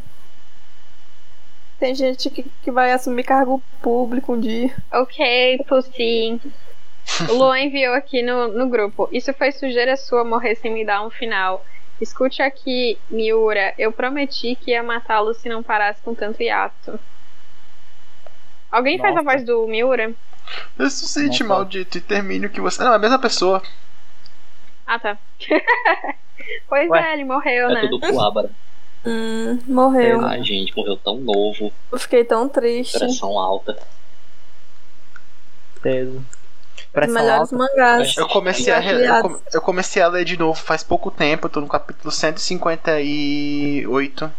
[SPEAKER 3] Tem gente que, que vai assumir cargo público um dia.
[SPEAKER 2] Ok, Pussy. O Luan enviou aqui no, no grupo. Isso foi sujeira sua morrer sem me dar um final. Escute aqui, Miura. Eu prometi que ia matá-lo se não parasse com tanto hiato. Alguém faz a
[SPEAKER 4] Nossa.
[SPEAKER 2] voz do Miura?
[SPEAKER 1] Ressuscite,
[SPEAKER 4] Não,
[SPEAKER 1] maldito, e termine o que você. Não, é a mesma pessoa.
[SPEAKER 2] Ah, tá. pois
[SPEAKER 4] Ué.
[SPEAKER 2] é, ele morreu,
[SPEAKER 5] É
[SPEAKER 2] né?
[SPEAKER 5] tudo Kuabara.
[SPEAKER 3] Hum, morreu.
[SPEAKER 5] Ai, gente, morreu tão novo,
[SPEAKER 3] Eu fiquei tão triste.
[SPEAKER 5] pressão alta.
[SPEAKER 4] Certeza.
[SPEAKER 3] Os
[SPEAKER 4] Pressão
[SPEAKER 3] melhores
[SPEAKER 4] alta.
[SPEAKER 3] mangás.
[SPEAKER 1] Eu comecei a, re- eu
[SPEAKER 3] Aliás.
[SPEAKER 1] come- eu comecei a ler de novo faz pouco tempo, eu tô no capítulo 158.
[SPEAKER 4] É.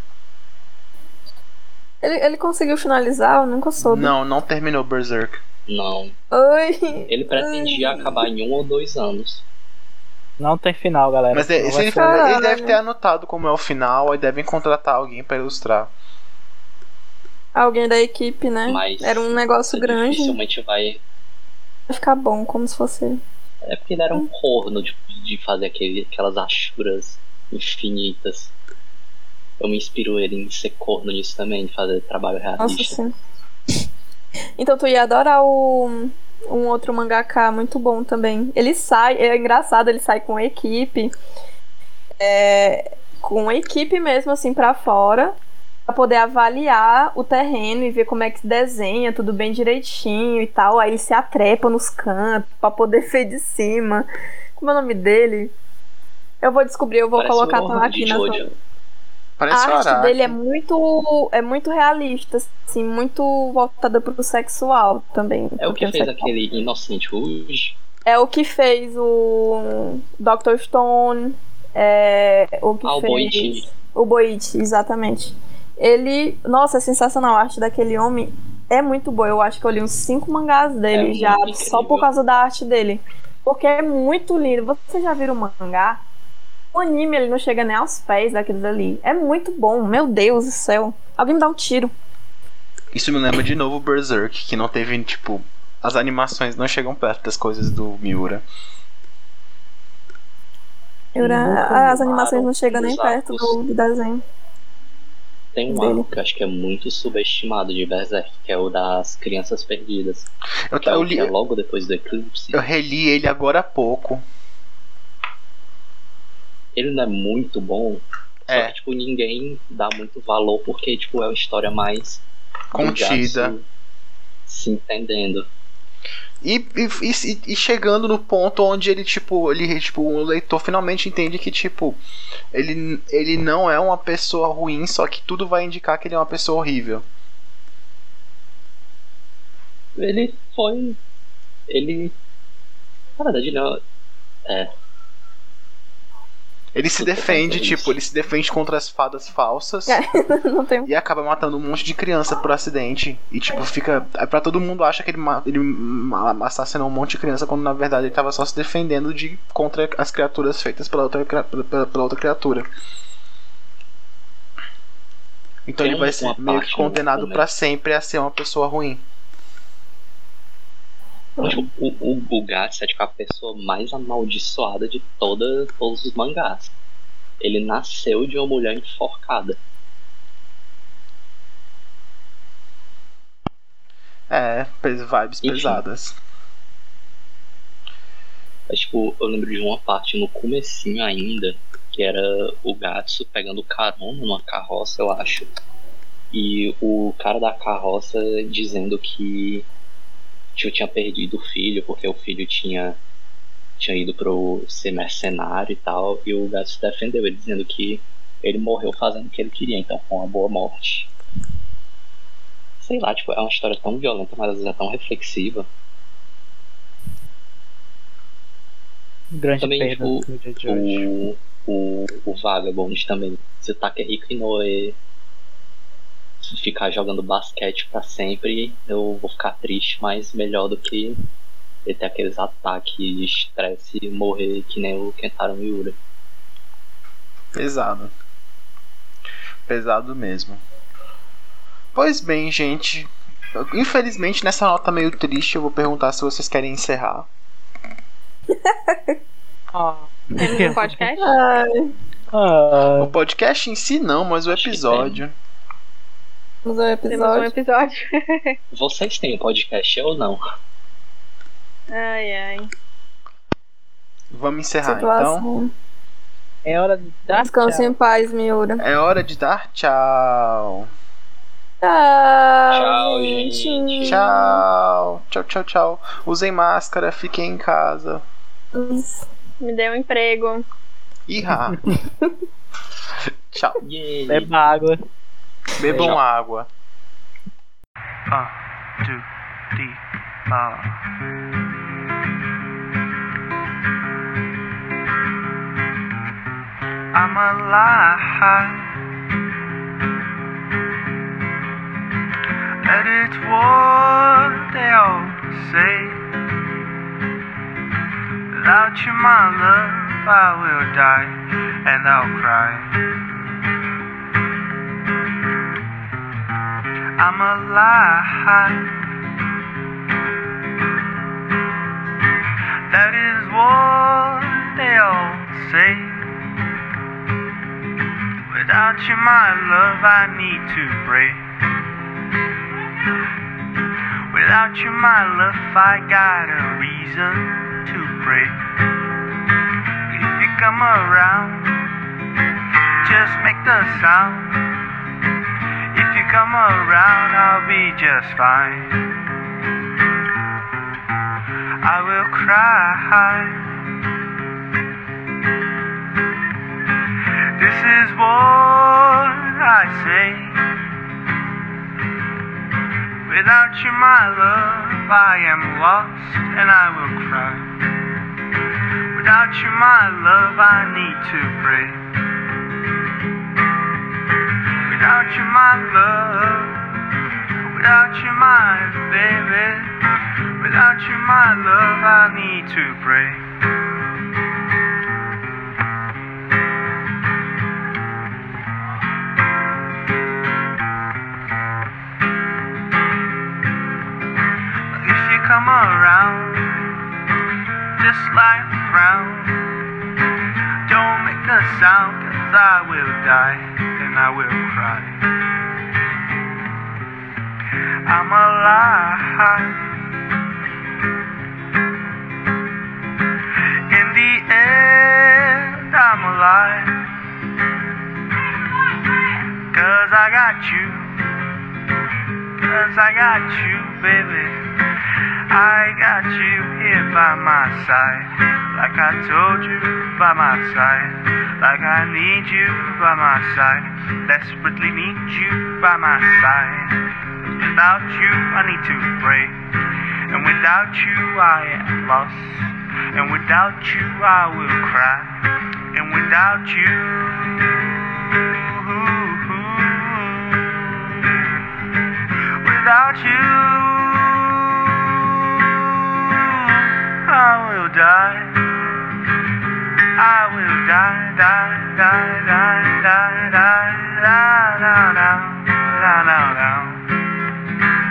[SPEAKER 3] Ele, ele conseguiu finalizar? Eu nunca soube.
[SPEAKER 1] Não, não terminou Berserk.
[SPEAKER 5] Não.
[SPEAKER 3] Oi!
[SPEAKER 5] Ele pretendia acabar em um ou dois anos.
[SPEAKER 4] Não tem final, galera.
[SPEAKER 1] Mas é-
[SPEAKER 4] Não
[SPEAKER 1] se
[SPEAKER 4] vai
[SPEAKER 1] ele,
[SPEAKER 4] ser-
[SPEAKER 3] Caralho.
[SPEAKER 1] ele deve ter anotado como é o final, aí devem contratar alguém pra ilustrar.
[SPEAKER 3] Alguém da equipe, né?
[SPEAKER 5] Mas
[SPEAKER 3] Era um negócio
[SPEAKER 4] é
[SPEAKER 5] você
[SPEAKER 3] grande.
[SPEAKER 5] Dificilmente vai.
[SPEAKER 3] Vai ficar bom, como se fosse.
[SPEAKER 5] É porque ele era um corno de, de fazer aquele, aquelas achuras infinitas. Eu me inspiro ele em ser corno nisso também, de fazer trabalho
[SPEAKER 3] Nossa,
[SPEAKER 5] realista.
[SPEAKER 3] sim. Então tu ia adorar o. Um outro mangaká muito bom também. Ele sai, é engraçado, ele sai com a equipe. é, com a equipe mesmo, assim, pra fora. Pra poder avaliar o terreno e ver como é que se desenha, tudo bem direitinho e tal. Aí ele se atrepa nos cantos pra poder ver de cima. Como é o nome dele? Eu vou descobrir, eu vou
[SPEAKER 5] Parece
[SPEAKER 3] colocar
[SPEAKER 5] o
[SPEAKER 3] tá
[SPEAKER 5] Orhan
[SPEAKER 3] aqui
[SPEAKER 5] de
[SPEAKER 3] na sua.
[SPEAKER 5] Jojo.
[SPEAKER 1] Parece
[SPEAKER 3] A arte
[SPEAKER 1] Araki.
[SPEAKER 3] dele é muito, é muito realista, assim, muito voltada pro sexual também.
[SPEAKER 5] É o que
[SPEAKER 3] pro
[SPEAKER 5] fez
[SPEAKER 3] sexual.
[SPEAKER 5] aquele Inocente Rouge.
[SPEAKER 3] É o que fez o Dr. Stone, é, o que
[SPEAKER 5] Ah, o
[SPEAKER 3] fez...
[SPEAKER 5] Boichi.
[SPEAKER 3] O Boichi, exatamente. Ele, nossa, é sensacional a arte daquele homem. É muito boa, eu acho que eu li uns cinco mangás dele
[SPEAKER 5] É
[SPEAKER 3] já,
[SPEAKER 5] muito
[SPEAKER 3] só
[SPEAKER 5] incrível.
[SPEAKER 3] por causa da arte dele. Porque é muito lindo. Você já viram o mangá? O anime, ele não chega nem aos pés daquilo ali. É muito bom, meu Deus do céu. Alguém me dá um tiro. é-
[SPEAKER 1] Isso me lembra de novo Berserk, que não teve, tipo. As animações não chegam perto das coisas do Miura.
[SPEAKER 3] Eu-
[SPEAKER 5] Nunca
[SPEAKER 3] as animações não
[SPEAKER 5] animaram
[SPEAKER 3] chegam nem
[SPEAKER 5] os
[SPEAKER 3] perto do,
[SPEAKER 5] arcos.
[SPEAKER 3] do desenho.
[SPEAKER 5] Tem um
[SPEAKER 3] Dele.
[SPEAKER 5] arco que eu acho que é muito subestimado de Berserk, que é o das Crianças Perdidas.
[SPEAKER 1] Eu,
[SPEAKER 5] Que é
[SPEAKER 1] eu,
[SPEAKER 5] o que
[SPEAKER 1] li,
[SPEAKER 5] é logo depois do Eclipse.
[SPEAKER 1] eu reli ele agora há pouco.
[SPEAKER 5] Ele não é muito bom,
[SPEAKER 1] É.
[SPEAKER 5] só que tipo, ninguém dá muito valor, porque tipo, é uma história mais do
[SPEAKER 1] Contida.
[SPEAKER 5] Jatsu Se entendendo.
[SPEAKER 1] E, e, e- e chegando no ponto onde ele, tipo, ele, tipo, o leitor finalmente entende que, tipo, ele, ele não é uma pessoa ruim, só que tudo vai indicar que ele é uma pessoa horrível.
[SPEAKER 5] Ele foi. Ele. Na verdade, ele é uma-
[SPEAKER 1] Ele se
[SPEAKER 5] Puta,
[SPEAKER 1] defende,
[SPEAKER 5] que
[SPEAKER 1] tipo,
[SPEAKER 5] isso.
[SPEAKER 1] ele se defende contra as fadas falsas
[SPEAKER 3] É. não tem
[SPEAKER 1] e acaba matando um monte de criança por acidente. E, tipo, fica. Pra todo mundo acha que ele, ma- ele ma- assassinou um monte de criança quando na verdade ele tava só se defendendo de contra as criaturas feitas pela outra, cria- pela, pela outra criatura. Então
[SPEAKER 5] Tem
[SPEAKER 1] ele vai
[SPEAKER 5] uma
[SPEAKER 1] ser meio que
[SPEAKER 5] parte no
[SPEAKER 1] condenado
[SPEAKER 5] começo.
[SPEAKER 1] pra sempre a ser uma pessoa ruim.
[SPEAKER 5] Tipo, o, o Bugatti é tipo a pessoa mais amaldiçoada de toda, todos os mangás. Ele nasceu de uma mulher enforcada.
[SPEAKER 1] É, pes- vibes
[SPEAKER 5] Enfim.
[SPEAKER 1] pesadas.
[SPEAKER 5] Mas, tipo, eu lembro de uma parte no comecinho ainda, que era o Gatsu pegando o carona numa carroça, eu acho. E o cara da carroça dizendo que tio tinha perdido o filho, porque o filho tinha, tinha ido pro ser mercenário e tal. E o Gatsu defendeu ele, dizendo que ele morreu fazendo o que ele queria, então com uma boa morte. Sei lá, tipo, é uma história tão violenta, mas às vezes é tão reflexiva.
[SPEAKER 4] um Grande
[SPEAKER 5] Também,
[SPEAKER 4] perda
[SPEAKER 5] tipo,
[SPEAKER 4] no dia de hoje.
[SPEAKER 5] o, o, o Vagabond também. tá Se o Takehiko Inoue ficar jogando basquete pra sempre, eu vou ficar triste, mas melhor do que ele ter aqueles ataques de estresse e morrer que nem o Kentaro Miura.
[SPEAKER 1] Pesado. Pesado mesmo. Pois bem, gente. Infelizmente, nessa nota meio triste, eu vou perguntar se vocês querem encerrar.
[SPEAKER 4] Ah.
[SPEAKER 2] Temos um podcast?
[SPEAKER 1] O podcast em si não, mas o
[SPEAKER 5] Acho que
[SPEAKER 1] episódio.
[SPEAKER 6] Temos um
[SPEAKER 2] Temos um
[SPEAKER 6] episódio.
[SPEAKER 2] episódio.
[SPEAKER 5] Vocês têm podcast, eu não.
[SPEAKER 2] Ai, ai.
[SPEAKER 1] Vamos encerrar
[SPEAKER 6] situação.
[SPEAKER 1] então.
[SPEAKER 4] É hora de dar
[SPEAKER 6] Descanse
[SPEAKER 4] tchau.
[SPEAKER 6] em paz, Miura.
[SPEAKER 1] É hora de dar tchau.
[SPEAKER 6] Tchau,
[SPEAKER 5] Tchau, gente.
[SPEAKER 1] Tchau. Tchau, tchau, tchau. Usem máscara, fiquem em casa.
[SPEAKER 2] Me dê um emprego.
[SPEAKER 1] Irra. tchau.
[SPEAKER 5] Yay.
[SPEAKER 4] Beba água.
[SPEAKER 1] Bebam
[SPEAKER 5] Tchau.
[SPEAKER 1] água.
[SPEAKER 7] I'm alive. And it's what they all say. Without you, my love, I will die and I'll cry. I'm alive. That is what they all say. Without you, my love, I need to pray. Without you, my love, I got a reason to pray. If you come around, just make the sound. If you come around, I'll be just fine. I will cry. This is what I say. Without you, my love, I am lost and I will cry. Without you, my love, I need to pray. Without you, my love. Without you, my baby. Without you, my love, I need to pray. If you come around, just lie around. Don't make a sound, cause I will die and I will cry. I'm alive. In the end, I'm alive. Cause I got you. Cause I got you, baby. I got you here by my side, like I told you by my side, like I need you by my side, desperately need you by my side. Without you, I need to pray, and without you, I am lost, and without you, I will cry, and without you. Without you, I will die. I will die, die, die, die, die, die, la, la, la, la, la, la.